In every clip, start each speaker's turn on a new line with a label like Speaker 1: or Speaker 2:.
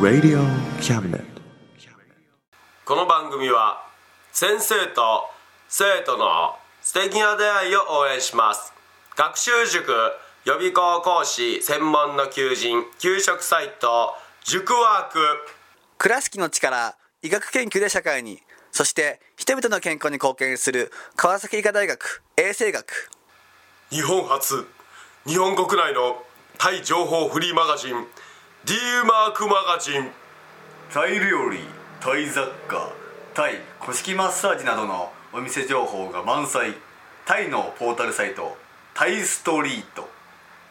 Speaker 1: Radio Cabinet.
Speaker 2: この番組は先生と生徒の素敵な出会いを応援します学習塾予備校講師専門の求人給食サイト塾ワーク
Speaker 3: 倉敷の力医学研究で社会にそして人々の健康に貢献する川崎医科大学衛生学
Speaker 2: 日本初日本国内のタイ情報フリーマガジン D マークマガジン
Speaker 4: タイ料理タイ雑貨タイ古式マッサージなどのお店情報が満載タイのポータルサイトタイストリート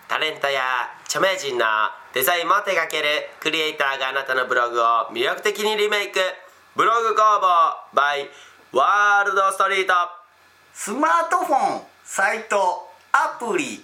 Speaker 2: タレントや著名人のデザインも手掛けるクリエイターがあなたのブログを魅力的にリメイクブログ工房 by ワールドストリート
Speaker 4: スマートフォンサイトアプリ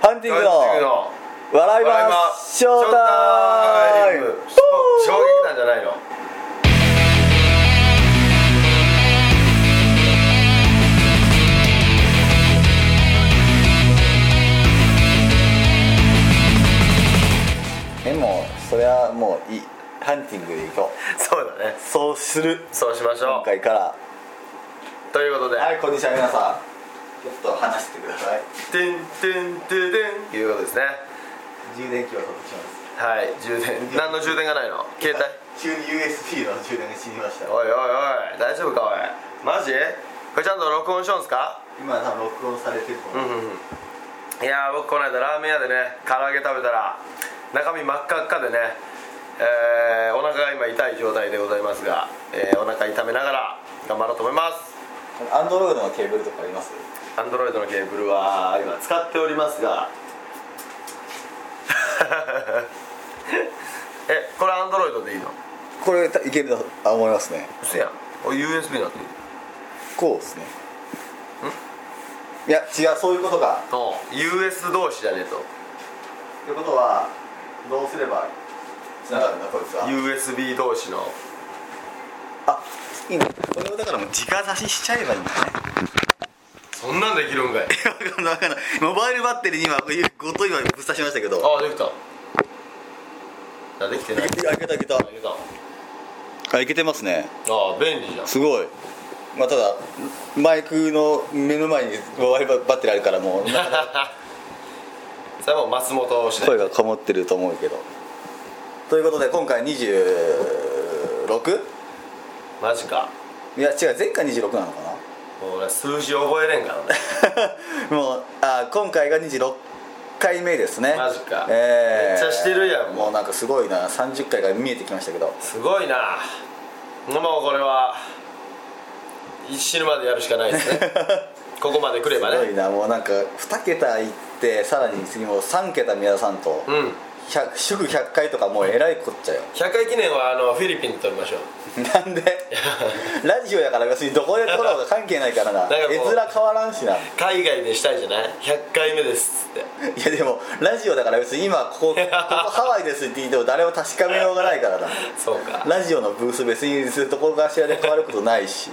Speaker 4: ハンティングの笑い
Speaker 2: は
Speaker 4: ますショータイム
Speaker 2: 衝撃なんじゃないの
Speaker 4: でもそれはもういいハンティングでいこう
Speaker 2: そうだね
Speaker 4: そうする
Speaker 2: そうしましょ
Speaker 4: 回から
Speaker 2: うということで
Speaker 4: はいこんにちは皆さんちょっと話してください
Speaker 2: 「てんてんてんてん」いうことですね
Speaker 4: 充電器を取ってきま
Speaker 2: はい充電何の充電がないの携帯
Speaker 4: す急に USB の充電が死にました
Speaker 2: おいおいおい大丈夫かおいマジこれちゃんと録音しようんすか
Speaker 4: 今多分録音されてると
Speaker 2: う
Speaker 4: 思
Speaker 2: ん
Speaker 4: う、
Speaker 2: うんうんいやー僕この間ラーメン屋でね唐揚げ食べたら中身真っ赤っかでね、えーお腹が今痛い状態でございますが、えーお腹痛めながら頑張ろうと思います
Speaker 4: アンドロイドのケーブルとかあります
Speaker 2: アンドロイドのケーブルは今使っておりますが えこれアンドロイドでいいの
Speaker 4: これいけると思いますね
Speaker 2: うやんお USB だっていい
Speaker 4: こうですねいや違うそういうことか
Speaker 2: の US 同士じゃねえと
Speaker 4: ということはどうすれば繋がるんだこいつは
Speaker 2: USB 同士の
Speaker 4: あいいねこれをだからもう直差ししちゃえばいいんだね
Speaker 2: そんなんできるんかい
Speaker 4: わかんないわかんないモバイルバッテリーに今ごと今ぶっ刺しましたけど
Speaker 2: ああできたあできてない
Speaker 4: いけたいけたいけた
Speaker 2: あできた
Speaker 4: あいけてますね
Speaker 2: あ便利じゃん
Speaker 4: すごいまあただマイクの目の前にモバイルバッテリーあるから もう
Speaker 2: それはもう松本氏
Speaker 4: 声がこもってると思うけどということで今回 26?
Speaker 2: マジか
Speaker 4: いや違う前回26なのか
Speaker 2: もう俺数字覚えれんからね
Speaker 4: なもうあ今回が26回目ですね
Speaker 2: マジか
Speaker 4: えー
Speaker 2: めっちゃしてるやんもう
Speaker 4: もうなんかすごいな30回が見えてきましたけど
Speaker 2: すごいなもうこれは死ぬまでやるしかない ですねここま で来れば
Speaker 4: すごい
Speaker 2: ね
Speaker 4: なもうなんか2桁いってさらに次もう3桁皆さんと
Speaker 2: うん
Speaker 4: 100祝100回とかもうえらいこっちゃよ
Speaker 2: 100回記念はあのフィリピンで撮りましょう
Speaker 4: なんでラジオやから別にどこで撮ろうが関係ないからな
Speaker 2: んか
Speaker 4: 絵
Speaker 2: こう
Speaker 4: 面変わらんしな
Speaker 2: 海外でしたいじゃない100回目ですっつって
Speaker 4: いやでもラジオだから別に今ここここハワイですって言っても誰も確かめようがないからな
Speaker 2: そうか
Speaker 4: ラジオのブース別にどこがしらで変わることないし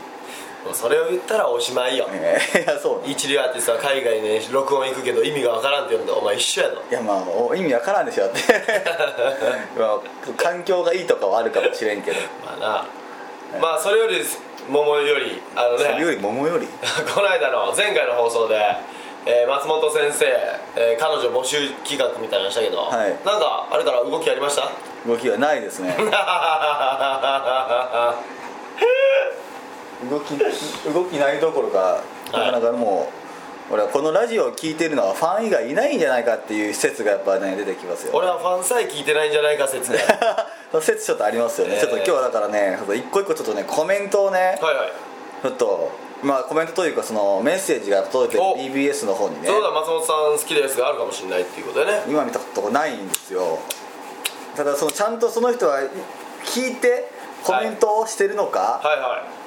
Speaker 2: もうそれを言ったらおしまいよ
Speaker 4: えーいやそうね
Speaker 2: 一流アーティストは海外に録音行くけど意味がわからんって言うんだお前一緒やぞ
Speaker 4: いやまあお意味わからんでしょだって まあ環境がいいとかはあるかもしれんけど
Speaker 2: まあなまあそれより桃よりあの
Speaker 4: それよ
Speaker 2: ね
Speaker 4: り桃より
Speaker 2: この間の前回の放送で、えー松本先生、えー彼女募集企画みたいなのしたけど、
Speaker 4: はい
Speaker 2: なんかあれから動きありました
Speaker 4: 動きはないですね動き 動きないどころかなかなかもう、俺はこのラジオを聞いてるのはファン以外いないんじゃないかっていう説がやっぱね出てきますよ
Speaker 2: 俺はファンさえ聞いてないんじゃないか説ね
Speaker 4: その説ちょっとありますよね、
Speaker 2: えー
Speaker 4: ちょっと今日はだからねちょっと一個一個ちょっとねコメントをね、
Speaker 2: はいはい
Speaker 4: ちょっとまあコメントというかそのメッセージが届いてる
Speaker 2: お
Speaker 4: BBS の方にね
Speaker 2: そうだ松本さん好きですがあるかもしれないっていうことでね
Speaker 4: 今見たとこないんですよただそのちゃんとその人は聞いてコメントをしてるのか
Speaker 2: はいはい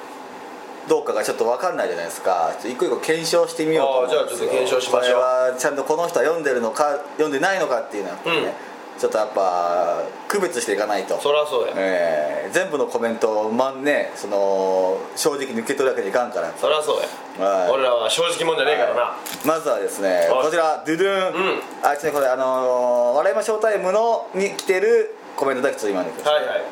Speaker 4: どうかがちょっと分かんないじゃないですかちょっと一個一個検証してみようと思うんですよ
Speaker 2: あーじゃあちょっと検証しましょう
Speaker 4: これはちゃんとこの人は読んでるのか読んでないのかっていうのはやっぱりね、ちょっとやっぱ区別していかないと
Speaker 2: そりゃそうや、
Speaker 4: えー全部のコメントをまんねその正直に受け取るわけにいかんから
Speaker 2: そりゃそうや、
Speaker 4: はい
Speaker 2: 俺らは正直もんじゃねえからな、
Speaker 4: まずはですね
Speaker 2: はい
Speaker 4: こちらドゥドゥン、
Speaker 2: うん
Speaker 4: あちょっとこれあのー笑いましょうタイム」のに来てるコメントだけちょっと今のです、
Speaker 2: はいはい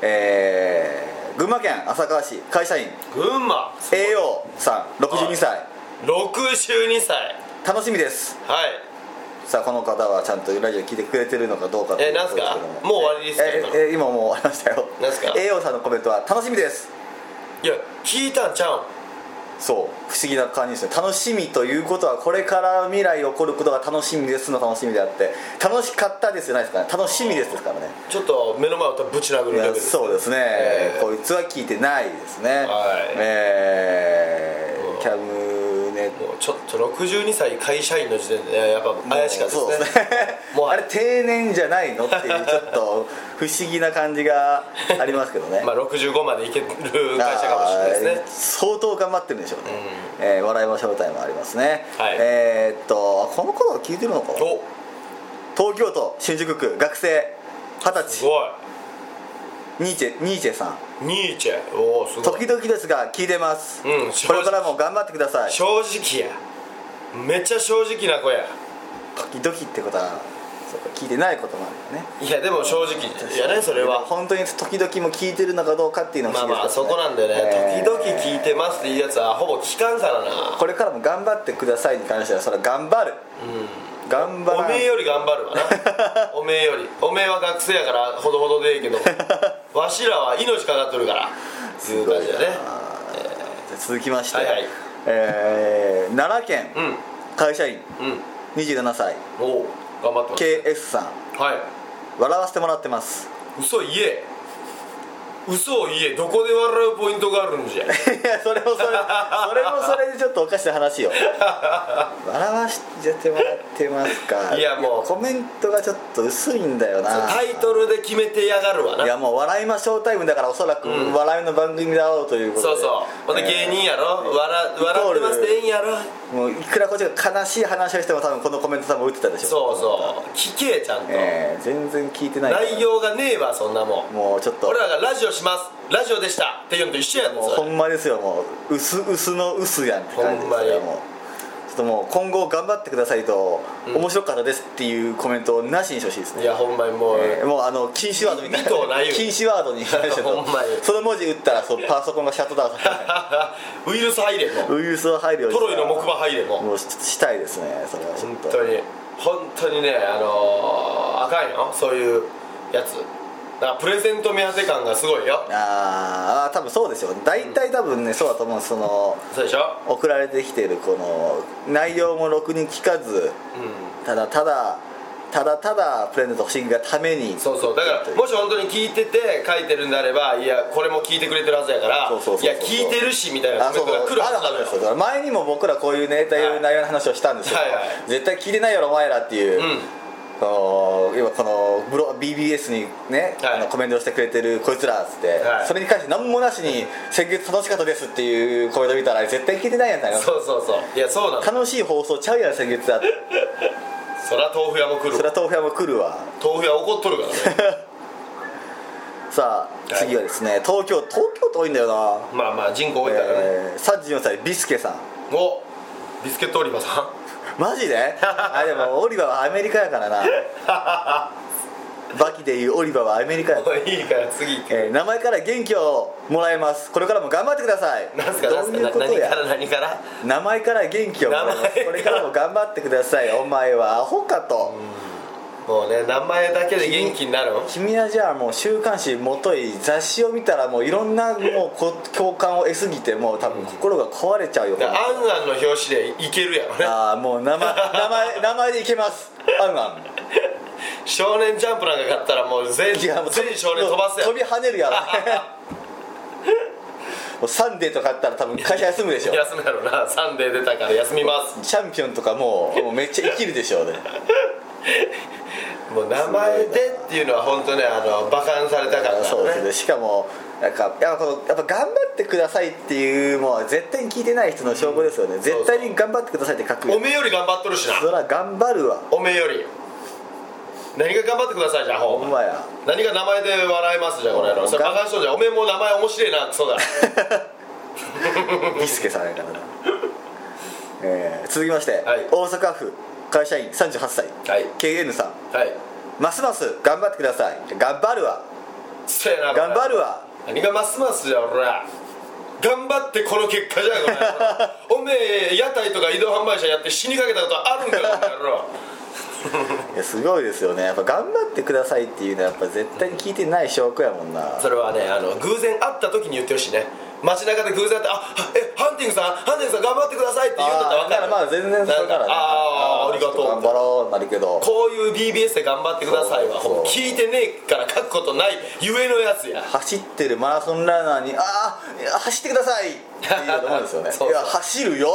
Speaker 4: えー群馬県浅川市会社員
Speaker 2: 群馬
Speaker 4: AO さん62歳
Speaker 2: 62歳
Speaker 4: 楽しみです
Speaker 2: はい
Speaker 4: さあこの方はちゃんとラジオ聞いてくれてるのかどうか
Speaker 2: え
Speaker 4: ということですけど
Speaker 2: なんすかもう終わりですか
Speaker 4: え
Speaker 2: 今の
Speaker 4: ええ今もう終わりましたよ
Speaker 2: なんすか
Speaker 4: AO さんのコメントは「楽しみです
Speaker 2: いや聞いたんちゃうん」
Speaker 4: そう不思議な感じですね楽しみということはこれから未来起こることが楽しみですの楽しみであって楽しかったですじゃないですからね楽しみですですからね
Speaker 2: ちょっと目の前をぶち殴
Speaker 4: い
Speaker 2: るだ
Speaker 4: や
Speaker 2: けです
Speaker 4: そうですね、
Speaker 2: ええ
Speaker 4: こいつは聞いてないですね、
Speaker 2: はい
Speaker 4: えー
Speaker 2: うん
Speaker 4: キャムネット
Speaker 2: もうちょっと62歳会社員の時点でねやっぱ怪しかったですね
Speaker 4: そうですね
Speaker 2: もう
Speaker 4: あれ定年じゃないのっていうちょっと不思議な感じがありますけどね
Speaker 2: まあ65までいける会社かもしれないですね
Speaker 4: あー相当頑張ってるんでしょうね、えー笑いましょうタイムありますね、
Speaker 2: はい
Speaker 4: えーっとこの頃は聞いてるのかな
Speaker 2: お
Speaker 4: 東京都新宿区学生二十
Speaker 2: す
Speaker 4: 歳
Speaker 2: ご
Speaker 4: ニーチェニーチェさん
Speaker 2: いニーチェおおすごい
Speaker 4: 時々ですが聞いてます、
Speaker 2: うん
Speaker 4: これからも頑張ってください
Speaker 2: 正直やめっちゃ正直な子や
Speaker 4: 時々ってことはそうか聞いてないこともあるよね
Speaker 2: いやでも正直やねそれは
Speaker 4: 本当に時々も聞いてるのかどうかっていうのも
Speaker 2: まあ
Speaker 4: 不思議
Speaker 2: まあ
Speaker 4: です
Speaker 2: そ
Speaker 4: けど
Speaker 2: こなんだよね、
Speaker 4: えー
Speaker 2: 時々聞いてますっていうやつはほぼ聞かんからな
Speaker 4: これからも頑張ってくださいに関してはそれは頑張る、頑張
Speaker 2: お
Speaker 4: ら
Speaker 2: めえ
Speaker 4: ん
Speaker 2: より頑張 るわなおめえよりおめえは学生やからほどほどでええけ どわしらは命かかっとるからいう感じだね
Speaker 4: じゃあ続きまして、
Speaker 2: はいはい
Speaker 4: えー奈良県、
Speaker 2: うん
Speaker 4: 会社員
Speaker 2: うん
Speaker 4: 27歳
Speaker 2: おう頑張ってます
Speaker 4: KS さん
Speaker 2: はい
Speaker 4: 笑わせてもらってます
Speaker 2: 嘘言え嘘を言えどこで笑うポイントがあるんじゃ
Speaker 4: いやそれも それそれもそれでちょっとおかしな話よ笑わしちゃってもらってますか
Speaker 2: いやもう
Speaker 4: コメントがちょっと薄いんだよな
Speaker 2: タイトルで決めてやがるわない
Speaker 4: やもう笑いましょうタイムだからおそらく笑いの番組だろうということ
Speaker 2: そ
Speaker 4: で、
Speaker 2: うそうほんで芸人やろ、笑
Speaker 4: イコール
Speaker 2: 笑ってますでええんやろ
Speaker 4: もういくらこっちが悲しい話をしても多分このコメント多分打ってたでしょ
Speaker 2: そうそう聞けちゃんと、
Speaker 4: えー全然聞いてないから
Speaker 2: 内容がねえわそんなもん
Speaker 4: もうちょっと
Speaker 2: 俺らがラジオしますラジオでしたっていうのと一緒やん
Speaker 4: もう
Speaker 2: そ
Speaker 4: ほ
Speaker 2: れ
Speaker 4: んまですよもう薄々の薄やんって感
Speaker 2: ほ
Speaker 4: じ
Speaker 2: ん
Speaker 4: です
Speaker 2: まに
Speaker 4: よもうちょっともう今後頑張ってくださいと、面白かったですっていうコメントをなしにしてほしいですね
Speaker 2: いやほんまにもう、
Speaker 4: えーもうあの禁止ワードみたいな
Speaker 2: 見とうないよ
Speaker 4: 禁止ワードに関して
Speaker 2: ほんまに
Speaker 4: その文字打ったらそうパソコンがシャットダウンさ れて
Speaker 2: ウイルス入れも
Speaker 4: ウイルスを入るように
Speaker 2: トロイの木馬入れも
Speaker 4: もうししたいですねそれはちょっ
Speaker 2: 本
Speaker 4: と
Speaker 2: 当に本当にねあのー、あかんよそういうやつだからプレゼント目当て感がすごいよ
Speaker 4: あーあー多分そうでしょう大体多分ねそうだと思うんですその
Speaker 2: そうでしょ
Speaker 4: 送られてきてるこの内容もろくに聞かず
Speaker 2: う
Speaker 4: ただただただただプレゼント欲しいがために
Speaker 2: んそうそうだからもし本当に聞いてて書いてるんであればいやこれも聞いてくれてるはずやから
Speaker 4: そうそうそうそう
Speaker 2: や聞いてるしみたいな
Speaker 4: あ
Speaker 2: コメ
Speaker 4: そ
Speaker 2: ン
Speaker 4: う
Speaker 2: トが来
Speaker 4: そう
Speaker 2: る
Speaker 4: あ
Speaker 2: は
Speaker 4: る
Speaker 2: ずなの
Speaker 4: はず
Speaker 2: よ
Speaker 4: ですよだから前にも僕らこういうね内容
Speaker 2: はい
Speaker 4: 内容の話をしたんですよ、
Speaker 2: はいはい
Speaker 4: 絶対聞いてないやろお前らっていう、
Speaker 2: うん
Speaker 4: この今このブロ BBS にね、
Speaker 2: はい
Speaker 4: あのコメントをしてくれてるこいつらっつって、
Speaker 2: はい
Speaker 4: それに関して何もなしに「先月楽しかったです」っていうコメント見たら絶対聞いてないやんってなります
Speaker 2: そうそうそういやそうなの
Speaker 4: 楽しい放送ちゃうやん先月だって
Speaker 2: そら豆腐屋も来る
Speaker 4: そりゃ豆腐屋も来るわ
Speaker 2: 豆腐屋怒っとる からね
Speaker 4: さあ次はですね東京東京都多いんだよな
Speaker 2: まあまあ人口多いからね、
Speaker 4: えー34歳ビスケさん
Speaker 2: おビスケットオリバーさん
Speaker 4: マジであでもオリバーはアメリカやからなバキでいうオリバーはアメ リカやから、
Speaker 2: いいから次行く
Speaker 4: えー名前から元気をもらえますこれからも頑張ってください
Speaker 2: 何すか
Speaker 4: ど
Speaker 2: 何
Speaker 4: う
Speaker 2: す
Speaker 4: いうこ
Speaker 2: かな
Speaker 4: と
Speaker 2: 何か
Speaker 4: や
Speaker 2: ら何から
Speaker 4: 名前から元気をもらえま
Speaker 2: 名前か
Speaker 4: す
Speaker 2: ら
Speaker 4: これからも頑張ってくださいお前はアホかと
Speaker 2: もうね名前だけで元気になるの
Speaker 4: 君はじゃあもう週刊誌もとい雑誌を見たらもういろんなもうこ共感を得すぎてもう多分心が壊れちゃうよ、
Speaker 2: だからアンアンの表紙でいけるやろね
Speaker 4: ああもう名前名前名前でいけますアンア
Speaker 2: 少年ジャンプなんか買ったらもう全
Speaker 4: ン
Speaker 2: 全
Speaker 4: もう
Speaker 2: 少 年飛ばすや
Speaker 4: 飛
Speaker 2: ろ
Speaker 4: び跳ねるやろもうサンデーとかあったら多分会社休むでしょ
Speaker 2: 休むやろなサンデー出たから休みます
Speaker 4: チャンピオンとかもうもうめっちゃ生きるでしょうね
Speaker 2: もう名前でっていうのは本当ねあの馬鹿にされたから
Speaker 4: そうです
Speaker 2: ね
Speaker 4: ねしかもなんかやっぱこのやっぱ頑張ってくださいっていうもう絶対に聞いてない人の証拠ですよね、絶対に頑張ってくださいって書く
Speaker 2: おめえより頑張っとるしな
Speaker 4: そら頑張るわ
Speaker 2: おめえより何が頑張ってくださいじゃんほ
Speaker 4: ほ
Speaker 2: ん
Speaker 4: ん
Speaker 2: ま
Speaker 4: まや
Speaker 2: 何が名前で笑いますじゃんこの野郎それ馬鹿にしとんじゃんおめえも名前面白いなクソだ
Speaker 4: ビスケさんやからな、えー続きまして、
Speaker 2: はい
Speaker 4: 大阪府会社員38歳、
Speaker 2: はい
Speaker 4: KN さん
Speaker 2: はい
Speaker 4: ますます頑張ってください頑張るわ
Speaker 2: せえなこれ
Speaker 4: 頑張るわ
Speaker 2: 何がますますじゃん俺ら頑張ってこの結果じゃんこれおめえ屋台とか移動販売車やって死にかけたことあるんかよこの野郎
Speaker 4: いやすごいですよねやっぱ頑張ってくださいっていうのはやっぱ絶対に聞いてない証拠やもんな
Speaker 2: それはねあの偶然会った時に言ってほしいね街中で偶然会って「あはえハンティングさんハンティングさん頑張ってください」って言うんだったら分か
Speaker 4: あ
Speaker 2: る
Speaker 4: ーまあ全然それから
Speaker 2: なんかあーありがとう
Speaker 4: 頑張ろうなるけど
Speaker 2: こういう BBS で頑張ってくださいは
Speaker 4: そうそう
Speaker 2: 聞いてねえから書くことないゆえのやつや
Speaker 4: 走ってるマラソンランナーに「ああ走ってください」って言うと思うんですよ ね
Speaker 2: そうそう
Speaker 4: いや走るよ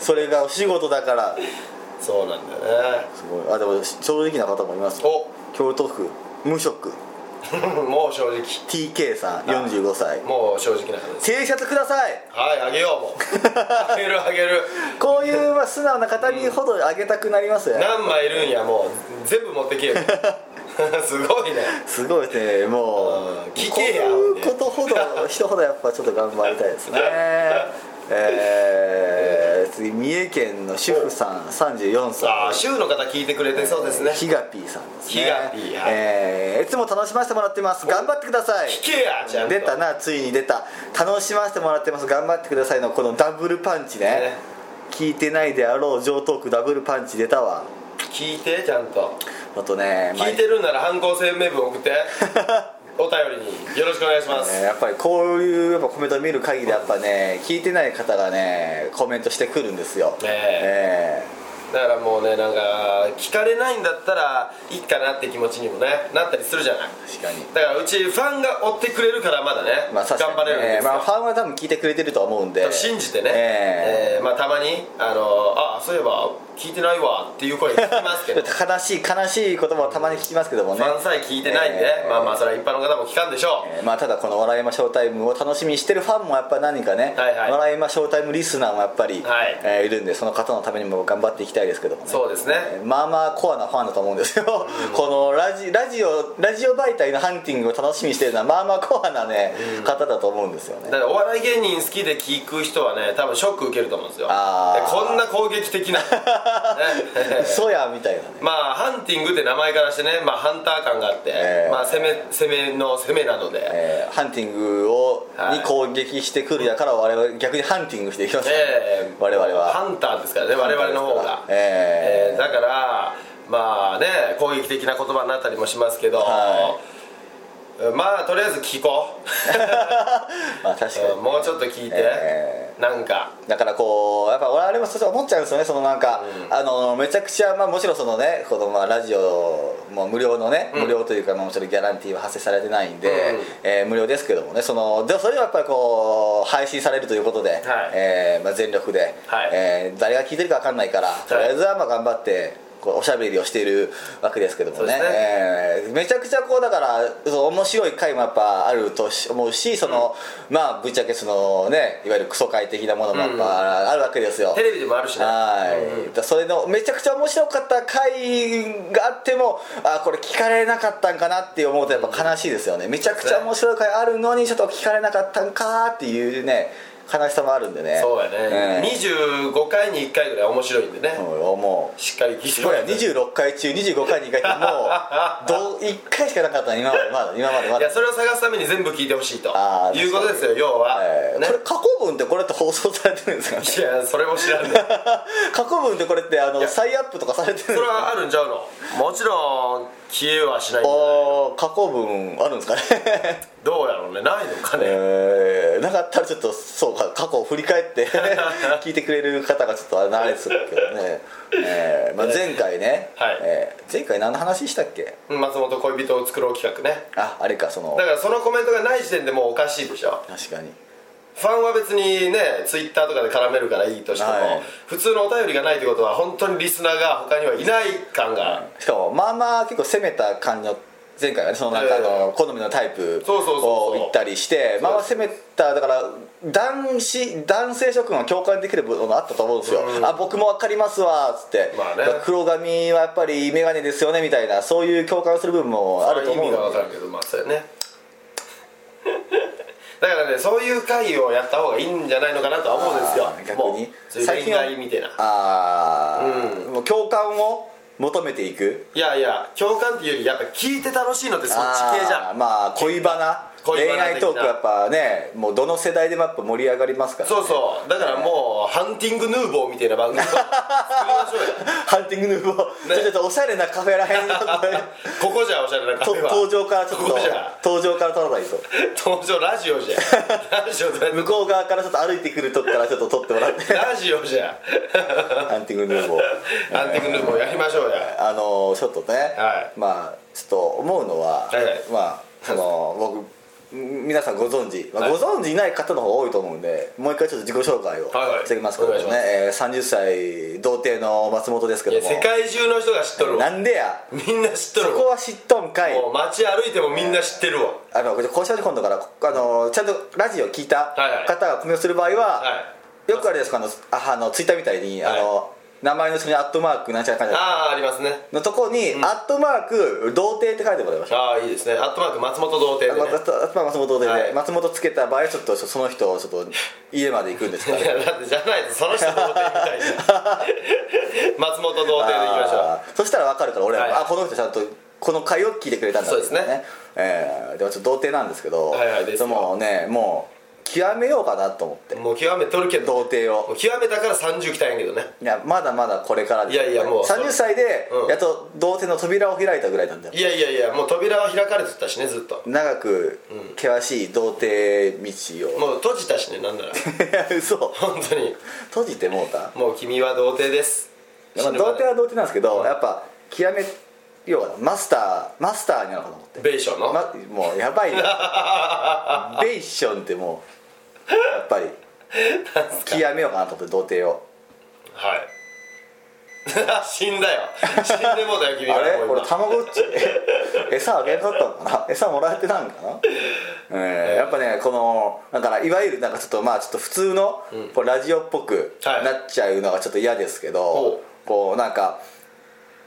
Speaker 4: それがお仕事だから
Speaker 2: そうなんだよね
Speaker 4: すごいあでも正直な方もいますよ
Speaker 2: お
Speaker 4: 京都府無職
Speaker 2: もう正直
Speaker 4: TK さん45歳
Speaker 2: もう正直な話です
Speaker 4: T シャツください
Speaker 2: はいあげようもうあげるあげる
Speaker 4: こういうまあ素直な方にほどあげたくなりますね
Speaker 2: 何枚いるんやもう全部持ってけよ すごいね
Speaker 4: すごいですねもう
Speaker 2: うん聞けや
Speaker 4: こういうことほど人ほどやっぱちょっと頑張りたい ですねえー、次三重県の主婦さん34歳
Speaker 2: ああ週の方聞いてくれてそうですね
Speaker 4: ヒガピーさんですね
Speaker 2: ヒガピーはい
Speaker 4: えーいつも楽しませてもらってます頑張ってください
Speaker 2: 聞けやちゃんと
Speaker 4: 出たなついに出た楽しませてもらってます頑張ってくださいのこのダブルパンチね
Speaker 2: ね
Speaker 4: 聞いてないであろう上トークダブルパンチ出たわ
Speaker 2: 聞いてちゃんと
Speaker 4: あとねまあ
Speaker 2: 聞いてるんなら犯行声明文送ってお便りによろしくお願いします、
Speaker 4: ねやっぱりこういうやっぱコメントを見る限りやっぱね聞いてない方がねコメントしてくるんですよ
Speaker 2: え
Speaker 4: え
Speaker 2: だからもうねなんか聞かれないんだったらいいかなって気持ちにもねなったりするじゃない
Speaker 4: え確かに
Speaker 2: だからうちファンが追ってくれるからまだね、
Speaker 4: まあ確かに
Speaker 2: 頑張れるん
Speaker 4: え
Speaker 2: で
Speaker 4: え
Speaker 2: すよ、
Speaker 4: まあファンは多分聞いてくれてると思うんで
Speaker 2: 信じてね、
Speaker 4: ええ
Speaker 2: ええまあ、たまにあのああそういえば聞いてないわっていう声聞きます けどフ
Speaker 4: 悲しい悲しい言葉はたまに聞きますけどもね
Speaker 2: ァンさえ聞いてないんで、
Speaker 4: ええ
Speaker 2: まあまあそれは一般の方も聞かんでしょう、
Speaker 4: えーまあ、ただこの「笑いまショータイム」を楽しみにしてるファンもやっぱり何かね「
Speaker 2: はいはい
Speaker 4: 笑いまショータイム」リスナーもやっぱり、
Speaker 2: はい
Speaker 4: えーいるんでその方のためにも頑張っていきたいですけどもね
Speaker 2: そうですね
Speaker 4: えーまあまあコアなファンだと思うんですよ、 このラジラジオラジオ媒体のハンティングを楽しみにしてるのはまあまあコアなね、方だと思うんですよ ね
Speaker 2: だからお笑い芸人好きで聞く人はね多分ショック受けると思うんですよ
Speaker 4: あー
Speaker 2: でこんな攻撃的 な、ね
Speaker 4: 嘘やみたいなね
Speaker 2: まあハンティングって名前からしてね、まあ、ハンター感があって、
Speaker 4: ええ
Speaker 2: まあ、攻め攻めの攻めなので、え
Speaker 4: えーハンティングを、
Speaker 2: はい
Speaker 4: に攻撃してくるやから我々は逆にハンティングしていきます、
Speaker 2: え
Speaker 4: 我々は
Speaker 2: ハンターですからね我々の方が、
Speaker 4: え
Speaker 2: え
Speaker 4: ー
Speaker 2: えだからまあね攻撃的な言葉になったりもしますけど、
Speaker 4: は
Speaker 2: まあとりあえず聞こ
Speaker 4: まあ確かに、
Speaker 2: う、うんもうちょっと聞いて、
Speaker 4: え
Speaker 2: なんか
Speaker 4: だからこうやっぱ我々もそう思っちゃうんですよねそのなんか、あのめちゃくちゃ、まあ、もちろんそのねこのまあラジオも無料のね、無料というかまあもちろんギャランティーは発生されてないんで、
Speaker 2: うん
Speaker 4: えー無料ですけどもねそのでもそれはやっぱりこう配信されるということで、えーまあ、全力で、
Speaker 2: はい
Speaker 4: えー誰が聞いてるか分かんないから、とりあえずはまあ頑張って。こうおしゃべりをしているわけですけどもね
Speaker 2: そうですね
Speaker 4: えーめちゃくちゃこうだからその面白い回もやっぱあるとし思うしその、まあぶっちゃけそのねいわゆるクソ回的なものもやっぱあるわけですよ、
Speaker 2: テレビでもあるしね
Speaker 4: はい、だからそれのめちゃくちゃ面白かった回があってもあこれ聞かれなかったんかなって思うとやっぱ悲しいですよねめちゃくちゃ面白い回あるのにちょっと聞かれなかったんかーっていうね悲しさもあるんでね
Speaker 2: そうやね、
Speaker 4: ええ
Speaker 2: 25回に1回ぐらい面白いんでね、
Speaker 4: そうよもう
Speaker 2: しっかり聞いて
Speaker 4: す
Speaker 2: も
Speaker 4: ごい
Speaker 2: ら
Speaker 4: や
Speaker 2: って
Speaker 4: 26回中25回に1回ってもうど1回しかなかったの今ま でまだ今までま
Speaker 2: いや
Speaker 4: だ、
Speaker 2: それを探すために全部聞いてほしいと
Speaker 4: あー
Speaker 2: いうことですよ要は、
Speaker 4: えー
Speaker 2: ね
Speaker 4: これ過去文ってこれって放送されてるんですかね
Speaker 2: いやそれも知らんね
Speaker 4: 過去文ってこれってあの
Speaker 2: や
Speaker 4: 再アップとかされてるんです
Speaker 2: それ
Speaker 4: か
Speaker 2: はあるんちゃうのもちろん消えはしないんじゃない
Speaker 4: あー過去文あるんです かね
Speaker 2: どうやろうねないのかね、
Speaker 4: えーなかったらちょっとそうか過去を振り返って 聞いてくれる方がちょっとあれなれですけどね、えーまあ、前回ね、
Speaker 2: はい
Speaker 4: えー前回何の話したっけ
Speaker 2: 松本恋人を作ろう企画ね
Speaker 4: ああれかその
Speaker 2: だからそのコメントがない時点でもうおかしいでしょ
Speaker 4: 確かに
Speaker 2: フファンは別にねツイッターとかで絡めるからいいとしても、
Speaker 4: はい
Speaker 2: 普通のお便りがないってことは本当にリスナーが他にはいない感が、
Speaker 4: しかもまあまあ結構攻めた感じの前回はねそのなんか
Speaker 2: は
Speaker 4: あ
Speaker 2: いはいは
Speaker 4: の好みのタイプ
Speaker 2: そうそうそうそう
Speaker 4: を言ったりしてまあまあ攻めただから男子男性諸君は共感できる部分があったと思うんですよ、あ僕も分かりますわっつって、
Speaker 2: まあね
Speaker 4: だから黒髪はやっぱり眼鏡ですよねみたいなそういう共感する部分もあると思う
Speaker 2: 意味がわかるけどまあそうやねだからねそういう会をやった方がいいんじゃないのかなとは思うんですよ
Speaker 4: あー逆
Speaker 2: も
Speaker 4: に
Speaker 2: うそういう恋愛みたいな
Speaker 4: ああ、
Speaker 2: う
Speaker 4: もう共感を求めていく
Speaker 2: いやいや共感っていうよりやっぱ聞いて楽しいのってそっち系じゃ
Speaker 4: あー
Speaker 2: ん
Speaker 4: まあ恋バナ
Speaker 2: 恋
Speaker 4: 恋
Speaker 2: バナ
Speaker 4: 愛トーク
Speaker 2: 的な
Speaker 4: やっぱねもうどの世代でもやっぱ盛り上がりますから、ね、
Speaker 2: そうそうだからもうハンティングヌーボーみたいな番組を作りましょうよ
Speaker 4: ハンティングヌーボー、
Speaker 2: ね
Speaker 4: ちょっとおしゃれなカフェらへんの
Speaker 2: ここじゃおしゃれなカフ
Speaker 4: と
Speaker 2: ェは
Speaker 4: 登場からちょっと
Speaker 2: ここじゃ
Speaker 4: 登場から撮らないと
Speaker 2: 登場ラジオじゃんラジオだ
Speaker 4: 向こう側からちょっと歩いてくるとこからちょっと撮って もらって
Speaker 2: ラジオじゃん
Speaker 4: ハンティングヌーボー
Speaker 2: ハンティングヌーボーやりましょうや
Speaker 4: あのちょっとね、
Speaker 2: はい
Speaker 4: まあちょっと思うのは、
Speaker 2: はいはい
Speaker 4: まあ その僕ん皆さんご存知、まあ、
Speaker 2: はい
Speaker 4: ご存知ない方の方が多いと思うんでもう一回ちょっと自己紹介を
Speaker 2: はいはい
Speaker 4: してきますけどもね、
Speaker 2: お願い
Speaker 4: えー30歳童貞の松本ですけ
Speaker 2: い
Speaker 4: ど
Speaker 2: や
Speaker 4: も
Speaker 2: 世界中の人が知っとるわ
Speaker 4: なんでや
Speaker 2: みんな知っと
Speaker 4: そ
Speaker 2: る
Speaker 4: こ
Speaker 2: わ
Speaker 4: は知っとんかい
Speaker 2: もう街歩いてもみんな知ってるわ
Speaker 4: あのこれ交渉時今度からこあのちゃんとラジオ聞いた
Speaker 2: はいはい
Speaker 4: 方がコメントする場合は、
Speaker 2: はい
Speaker 4: よくあれですかあのああのツイッターみたいに、
Speaker 2: はい
Speaker 4: あの名前の後ろにアットマークなんちゃらかんちゃら
Speaker 2: ああありますね
Speaker 4: のとこに、アットマーク童貞って書いてもらいました
Speaker 2: ああいいですねアットマーク松本童貞で、
Speaker 4: ま
Speaker 2: ね
Speaker 4: あまあ松本で、
Speaker 2: はい
Speaker 4: 松本つけた場合はちょっとその人をちょっと家まで行くんですか ら
Speaker 2: いやだってじゃないとその人童貞みたいな 松本童貞でいきましょう
Speaker 4: あーそしたら分かるから俺は、
Speaker 2: はい
Speaker 4: あこの人ちゃんとこの会を聞いてくれたんだ
Speaker 2: そうですね
Speaker 4: みたいなえーでもちょっと童貞なんですけど、
Speaker 2: はいはいですよ
Speaker 4: もねもう極めようかなと思って
Speaker 2: もう極めとるけど
Speaker 4: 童貞を
Speaker 2: もう極めたから30来たんやけどね
Speaker 4: いやまだまだこれからです
Speaker 2: いやいやもう
Speaker 4: 30歳で、
Speaker 2: うん
Speaker 4: やっと童貞の扉を開いたぐらいなんだよ
Speaker 2: いやいやいやもう扉は開かれてたしねずっと
Speaker 4: 長く険しい童貞道を、
Speaker 2: もう閉じたしね なんなら
Speaker 4: いや 嘘
Speaker 2: 本当に
Speaker 4: 閉じてもうた
Speaker 2: もう君は童貞です
Speaker 4: まあ、童貞は童貞なんですけど、やっぱ極め要はマスターマスターになのかと思って
Speaker 2: ベイショーの、
Speaker 4: ま、もうやばいなベーションってもうやっぱり極めようかなと思って童貞を
Speaker 2: はい 死んだよ死んでもうたよ君は
Speaker 4: あれ
Speaker 2: もう
Speaker 4: 俺
Speaker 2: 今
Speaker 4: たまごっち 餌あげなかったのかな餌もらえてたんかな、えーやっぱねこのだからいわゆるなんかちょっとまあちょっと普通の、こうラジオっぽく
Speaker 2: はい
Speaker 4: なっちゃうのがちょっと嫌ですけ
Speaker 2: ほ
Speaker 4: ど、こうなんか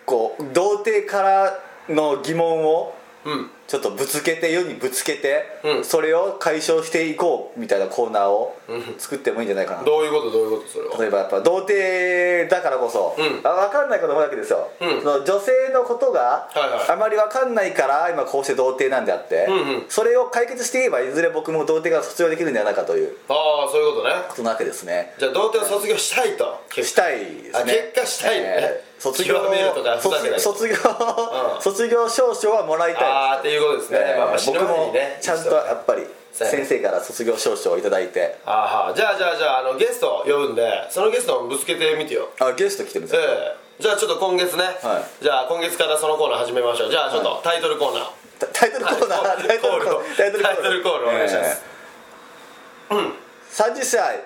Speaker 4: こう童貞からの疑問を
Speaker 2: うん
Speaker 4: ちょっとぶつけて世にぶつけて、
Speaker 2: うん
Speaker 4: それを解消していこうみたいなコーナーを作ってもいいんじゃないかな、
Speaker 2: どういうことどういうことそれは
Speaker 4: 例えばやっぱ童貞だからこそ、
Speaker 2: うん
Speaker 4: あ分かんないこともあるわけですよ、
Speaker 2: うん
Speaker 4: その女性のことが
Speaker 2: はいはい
Speaker 4: あまり分かんないから今こうして童貞なんであって、
Speaker 2: うんうん
Speaker 4: それを解決していけばいずれ僕も童貞が卒業できるんじゃないかという
Speaker 2: ああそういうことね
Speaker 4: ことなわけですね
Speaker 2: じゃあ童貞を卒業したいと結
Speaker 4: したいですね
Speaker 2: あ結果したいね
Speaker 4: 卒業
Speaker 2: 極めるとかふざけない
Speaker 4: 卒卒業、
Speaker 2: ん
Speaker 4: 卒業証書はもらいたいです
Speaker 2: ああっていうことですね、
Speaker 4: えー
Speaker 2: まあまあ死ぬ
Speaker 4: 僕
Speaker 2: 前
Speaker 4: も
Speaker 2: にね
Speaker 4: ちゃんとやっぱり
Speaker 2: そうやね
Speaker 4: 先生から卒業証書をいただいて
Speaker 2: ああじゃあじゃあじゃああのゲストを呼ぶんでそのゲストをぶつけてみてよ
Speaker 4: あゲスト来てるんです
Speaker 2: え
Speaker 4: よ
Speaker 2: えじゃあちょっと今月ね、
Speaker 4: はい
Speaker 2: じゃあ今月からそのコーナー始めましょうじゃあちょっとタイトルコーナー、
Speaker 4: タタイトルコーナー
Speaker 2: タイトルコーナー
Speaker 4: タイトルコーナー
Speaker 2: タイトルコーナーお願いします
Speaker 4: 30歳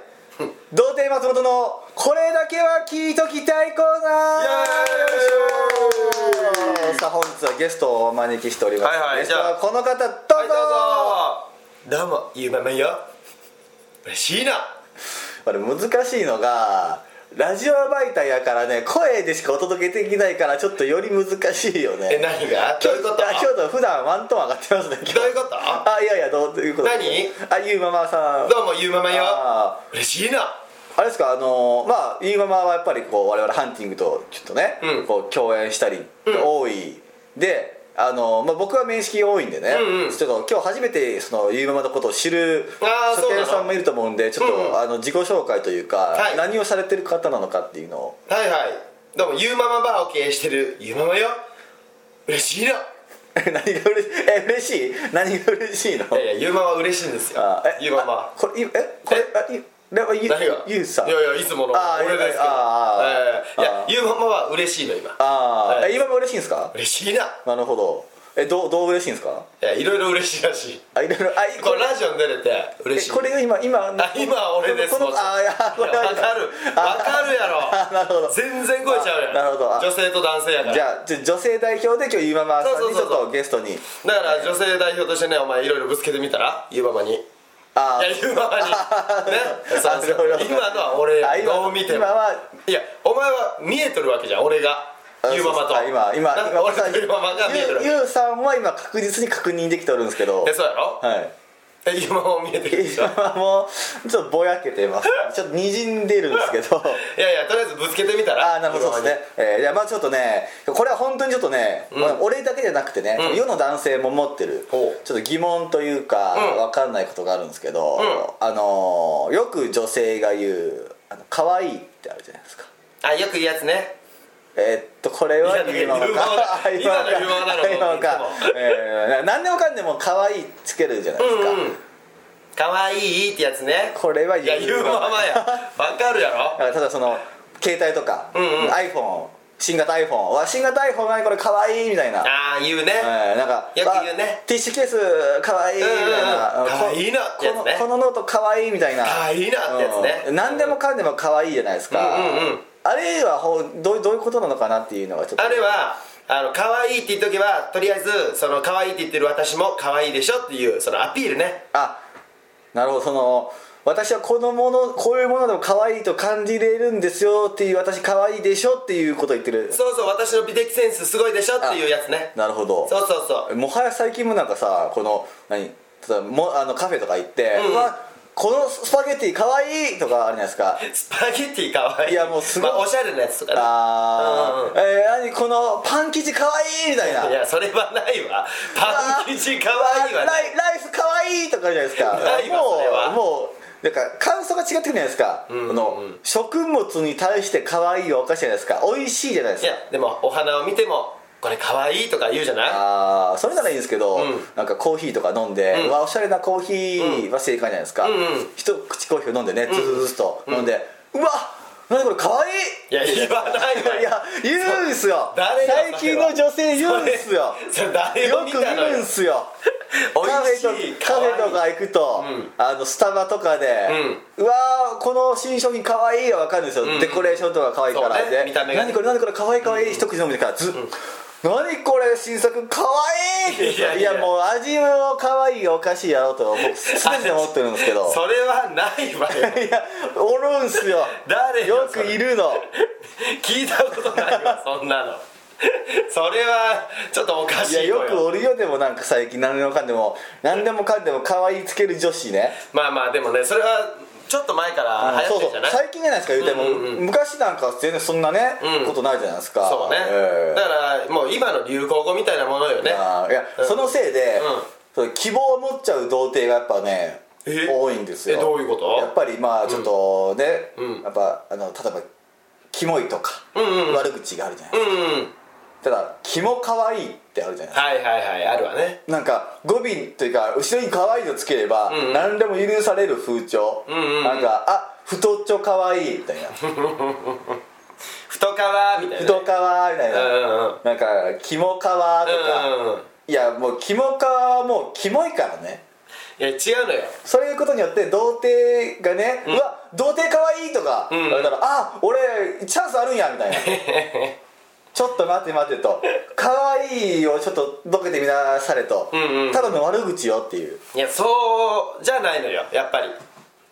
Speaker 4: 童貞松本のこれだけは聞いときたいコーナ
Speaker 2: イ
Speaker 4: ー
Speaker 2: エーイ
Speaker 4: さあ本日はゲストをお招きしております、
Speaker 2: はいはい
Speaker 4: ゲスト
Speaker 2: じゃ
Speaker 4: は
Speaker 2: あ
Speaker 4: この方どうぞ,、
Speaker 2: はいどうぞどうもゆうまめんよ嬉しいな
Speaker 4: これ難しいのがラジオ媒体やからね声でしかお届けできないからちょっとより難しいよね
Speaker 2: え何がどういうこと
Speaker 4: あ京都普段ワントーン上がってますね今日
Speaker 2: どういうこと
Speaker 4: あいやいやどういうこと
Speaker 2: 何
Speaker 4: あゆうママさん
Speaker 2: どうもゆうまめんよ
Speaker 4: あ
Speaker 2: 嬉しいな
Speaker 4: あれですかあのーまあゆうママはやっぱりこう我々ハンティングとちょっとね、
Speaker 2: うん
Speaker 4: こう共演したり多い、であのーまあ、僕は面識多いんでね、
Speaker 2: うんうん
Speaker 4: ちょっと今日初めてそのゆうママのことを知る
Speaker 2: あーそ
Speaker 4: 書
Speaker 2: うな
Speaker 4: 店
Speaker 2: の
Speaker 4: さんもいると思うんでちょっと、
Speaker 2: うんうん
Speaker 4: あの自己紹介というか、
Speaker 2: はい
Speaker 4: 何をされてる方なのかっていうのを
Speaker 2: はいはいどうもゆうままバーを経営してるゆうままよ嬉しいな
Speaker 4: え何が嬉しいえ嬉しい何が嬉しいの
Speaker 2: いやいやゆうまま嬉しいんですよ
Speaker 4: あえ
Speaker 2: ゆうま
Speaker 4: あ
Speaker 2: ま
Speaker 4: これいえこれあいでもゆ
Speaker 2: 何が
Speaker 4: ゆうさん
Speaker 2: いやいやいつもの
Speaker 4: あー
Speaker 2: 俺ですけど
Speaker 4: あー
Speaker 2: ええい
Speaker 4: あ
Speaker 2: や
Speaker 4: ー
Speaker 2: ゆうままは嬉しいの今
Speaker 4: ああ、
Speaker 2: はい
Speaker 4: え今も嬉しいんですか
Speaker 2: 嬉しいな
Speaker 4: なるほどえどうどう嬉しいんですか
Speaker 2: いやいろいろ嬉しいらしい
Speaker 4: あいろいろあい
Speaker 2: これラジオに出れて嬉しい
Speaker 4: えこれが今今
Speaker 2: あ今俺です
Speaker 4: この
Speaker 2: も
Speaker 4: こ
Speaker 2: ち
Speaker 4: の
Speaker 2: ろん
Speaker 4: あいやこれ
Speaker 2: いやわかるわかるやろ
Speaker 4: あなるほど
Speaker 2: 全然声ちゃうやん
Speaker 4: あなるほどあ
Speaker 2: 女性と男性やから
Speaker 4: じゃあじゃあ女性代表で今日ゆうままさん
Speaker 2: そう
Speaker 4: に
Speaker 2: そ
Speaker 4: ち
Speaker 2: う
Speaker 4: ょ
Speaker 2: そう
Speaker 4: っ
Speaker 2: そう
Speaker 4: とゲストに
Speaker 2: だから女性代表としてねお前いろいろぶつけてみたらゆうママにい
Speaker 4: あ
Speaker 2: やゆうママにねそう
Speaker 4: なるほ
Speaker 2: そう
Speaker 4: ど
Speaker 2: 今のは俺
Speaker 4: あ
Speaker 2: や
Speaker 4: 今
Speaker 2: どう見ても
Speaker 4: 今はい
Speaker 2: やお前は見えとるわけじゃん俺が
Speaker 4: あ
Speaker 2: ゆうママと
Speaker 4: そうか今今
Speaker 2: なん
Speaker 4: 今
Speaker 2: か俺とゆうママが見えとるわけ
Speaker 4: ゆゆうさんは今確実に確認できておるんですけど
Speaker 2: えそうやろ
Speaker 4: はい
Speaker 2: えゆうママも見えてるでしょ
Speaker 4: 今 もうちょっとぼやけてますちょっとにじんでるんですけ ど
Speaker 2: いやいやとりあえずぶつけてみたら
Speaker 4: ああなるほどそうですね、えー、いやまあちょっとねこれは本当にちょっとね、
Speaker 2: ん
Speaker 4: まあ俺だけじゃなくてね、
Speaker 2: うん
Speaker 4: 世の男性も持ってる
Speaker 2: ほう
Speaker 4: ちょっと疑問というか、
Speaker 2: うん
Speaker 4: わかんないことがあるんですけど、あのーよく女性が言う「あの可愛いってあるじゃないですか
Speaker 2: あよく言うやつね
Speaker 4: えーっとこれはい
Speaker 2: や
Speaker 4: 今の
Speaker 2: 言うままだ
Speaker 4: か
Speaker 2: 今の言うままだろ
Speaker 4: 今のか
Speaker 2: もう
Speaker 4: えー 何でもかんでも可愛いつけるじゃないですか、
Speaker 2: うんかわいいってやつね
Speaker 4: これはい
Speaker 2: や言うままやわかるやろ
Speaker 4: だからただその携帯とか、
Speaker 2: うんうん
Speaker 4: iPhone 新型 iPhone わ新型 iPhone 何これ可愛いみたいな、
Speaker 2: ああ言うね
Speaker 4: えーなんか
Speaker 2: よく言うね
Speaker 4: わティッシュケース可愛いみたいな、
Speaker 2: うんうんうん
Speaker 4: こ
Speaker 2: 可愛いなってやつね
Speaker 4: このこのノート可愛いみたいな
Speaker 2: 可愛いなってやつね
Speaker 4: うん何でもかんでも可愛いじゃないですか、
Speaker 2: うんうんうん
Speaker 4: あれはほうどうどういうことなのかなっていうのがちょっと
Speaker 2: あれはあの可愛いって言っとけばとりあえずその可愛いって言ってる私も可愛いでしょっていうそのアピールね
Speaker 4: あなるほどその私はこのものこういうものでも可愛いと感じれるんですよっていう私可愛いでしょっていうことを言ってる
Speaker 2: そうそう私の美的センスすごいでしょっていうやつね
Speaker 4: なるほど
Speaker 2: そうそうそう
Speaker 4: もはや最近もなんかさこの何例えばもあのカフェとか行って、
Speaker 2: うん
Speaker 4: うわこのスパゲティかわいいとかあるじゃないですか
Speaker 2: スパゲッティ可愛い
Speaker 4: いやもうすごい
Speaker 2: まあ、おしゃれなやつとかねうん
Speaker 4: あー、えー何このパン生地かわいいみたいない
Speaker 2: やそれはないわパン生地可愛いわ
Speaker 4: わライライスかわいいとかあるじゃないですか
Speaker 2: ないわそれは
Speaker 4: もうもうなんか感想が違ってくるじゃないですか、
Speaker 2: んうん
Speaker 4: この食物に対してかわいいはおかしいじゃないですか美味しいじゃないです
Speaker 2: い
Speaker 4: か
Speaker 2: やでもお花を見てもこれ可愛いとか言うじゃない
Speaker 4: あーそれならいいんですけど、
Speaker 2: うん
Speaker 4: なんかコーヒーとか飲んで、うわおしゃれなコーヒーは正解じゃないですか、
Speaker 2: うんうん
Speaker 4: 一口コーヒーを飲んでねずずずと飲んで、うわ何これかわいい
Speaker 2: いや言わないわ
Speaker 4: いや言うんすよ
Speaker 2: 誰が
Speaker 4: 最近の女性言うんすよ
Speaker 2: それ誰
Speaker 4: よ
Speaker 2: を
Speaker 4: く
Speaker 2: 見
Speaker 4: 言
Speaker 2: たの
Speaker 4: うん
Speaker 2: よ
Speaker 4: すよカフ
Speaker 2: 美味
Speaker 4: ェ
Speaker 2: し
Speaker 4: と
Speaker 2: い
Speaker 4: カフェと
Speaker 2: 可
Speaker 4: か行くと、
Speaker 2: うん
Speaker 4: あのスタバとかで、うわーこの新商品かわいいはわかるんですよ、
Speaker 2: ん
Speaker 4: デコレーションとかかわいいから、
Speaker 2: そうね
Speaker 4: で
Speaker 2: 見た目がね
Speaker 4: 何これ何これかわいいかわいい、一口飲むからず、何これ新作かわいいって言うんですよ
Speaker 2: いやいや
Speaker 4: いやもう味もかわいいがおかしいやろと 僕常に思ってるんですけど
Speaker 2: それはないわ よ
Speaker 4: いやおるんすよ
Speaker 2: 誰よ
Speaker 4: よくいるの
Speaker 2: 聞いたことないわそんなのそれはちょっとおかし
Speaker 4: い
Speaker 2: い
Speaker 4: や
Speaker 2: 子よ
Speaker 4: よくおるよでもなんか最近何でもかんでも何でもかんでもかわいいつける女子ね
Speaker 2: まあまあでもねそれはちょっと前から流行
Speaker 4: そ
Speaker 2: って
Speaker 4: うそ
Speaker 2: る
Speaker 4: う
Speaker 2: じゃない
Speaker 4: 最近じゃないですか言うても、
Speaker 2: うんうん
Speaker 4: 昔なんか全然そんなね、
Speaker 2: うん
Speaker 4: ことないじゃないですか
Speaker 2: そうね、
Speaker 4: ええ
Speaker 2: だからもう今の流行語みたいなものよね
Speaker 4: あーいや、
Speaker 2: うん
Speaker 4: そのせいで
Speaker 2: うん、
Speaker 4: そう希望を持っちゃう童貞がやっぱね
Speaker 2: え
Speaker 4: 多いんですよ
Speaker 2: えどういうこと
Speaker 4: やっぱりまあちょっとね、
Speaker 2: うん
Speaker 4: やっぱあの例えばキモいとか、
Speaker 2: うんうんうん
Speaker 4: 悪口があるじゃない、
Speaker 2: うんうん
Speaker 4: ただキモ可愛いってあるじゃな
Speaker 2: は
Speaker 4: い
Speaker 2: いはいはいあるわね
Speaker 4: なんか語尾というか後ろに可愛いのつければ、
Speaker 2: んうん
Speaker 4: 何でも許される風潮、
Speaker 2: んうんうん
Speaker 4: なんかあ太っちょ可愛いみたいな
Speaker 2: 太川みたいな
Speaker 4: 太かわみたいな、
Speaker 2: うんうんうん
Speaker 4: なんか「キモカワ」とか、
Speaker 2: うんうんうん
Speaker 4: いやもうキモカワはもうキモいからね
Speaker 2: いや違うのよ
Speaker 4: そういうことによって童貞がね「うわ童貞かわいい」とか
Speaker 2: ん
Speaker 4: 言われたら「あ俺チャンスあるんや」みた いな「ちょっと待って待って」と「かわいい」をちょっとどけてみなされと、
Speaker 2: んうん
Speaker 4: ただの悪口よっていう
Speaker 2: いやそうじゃないのよやっぱり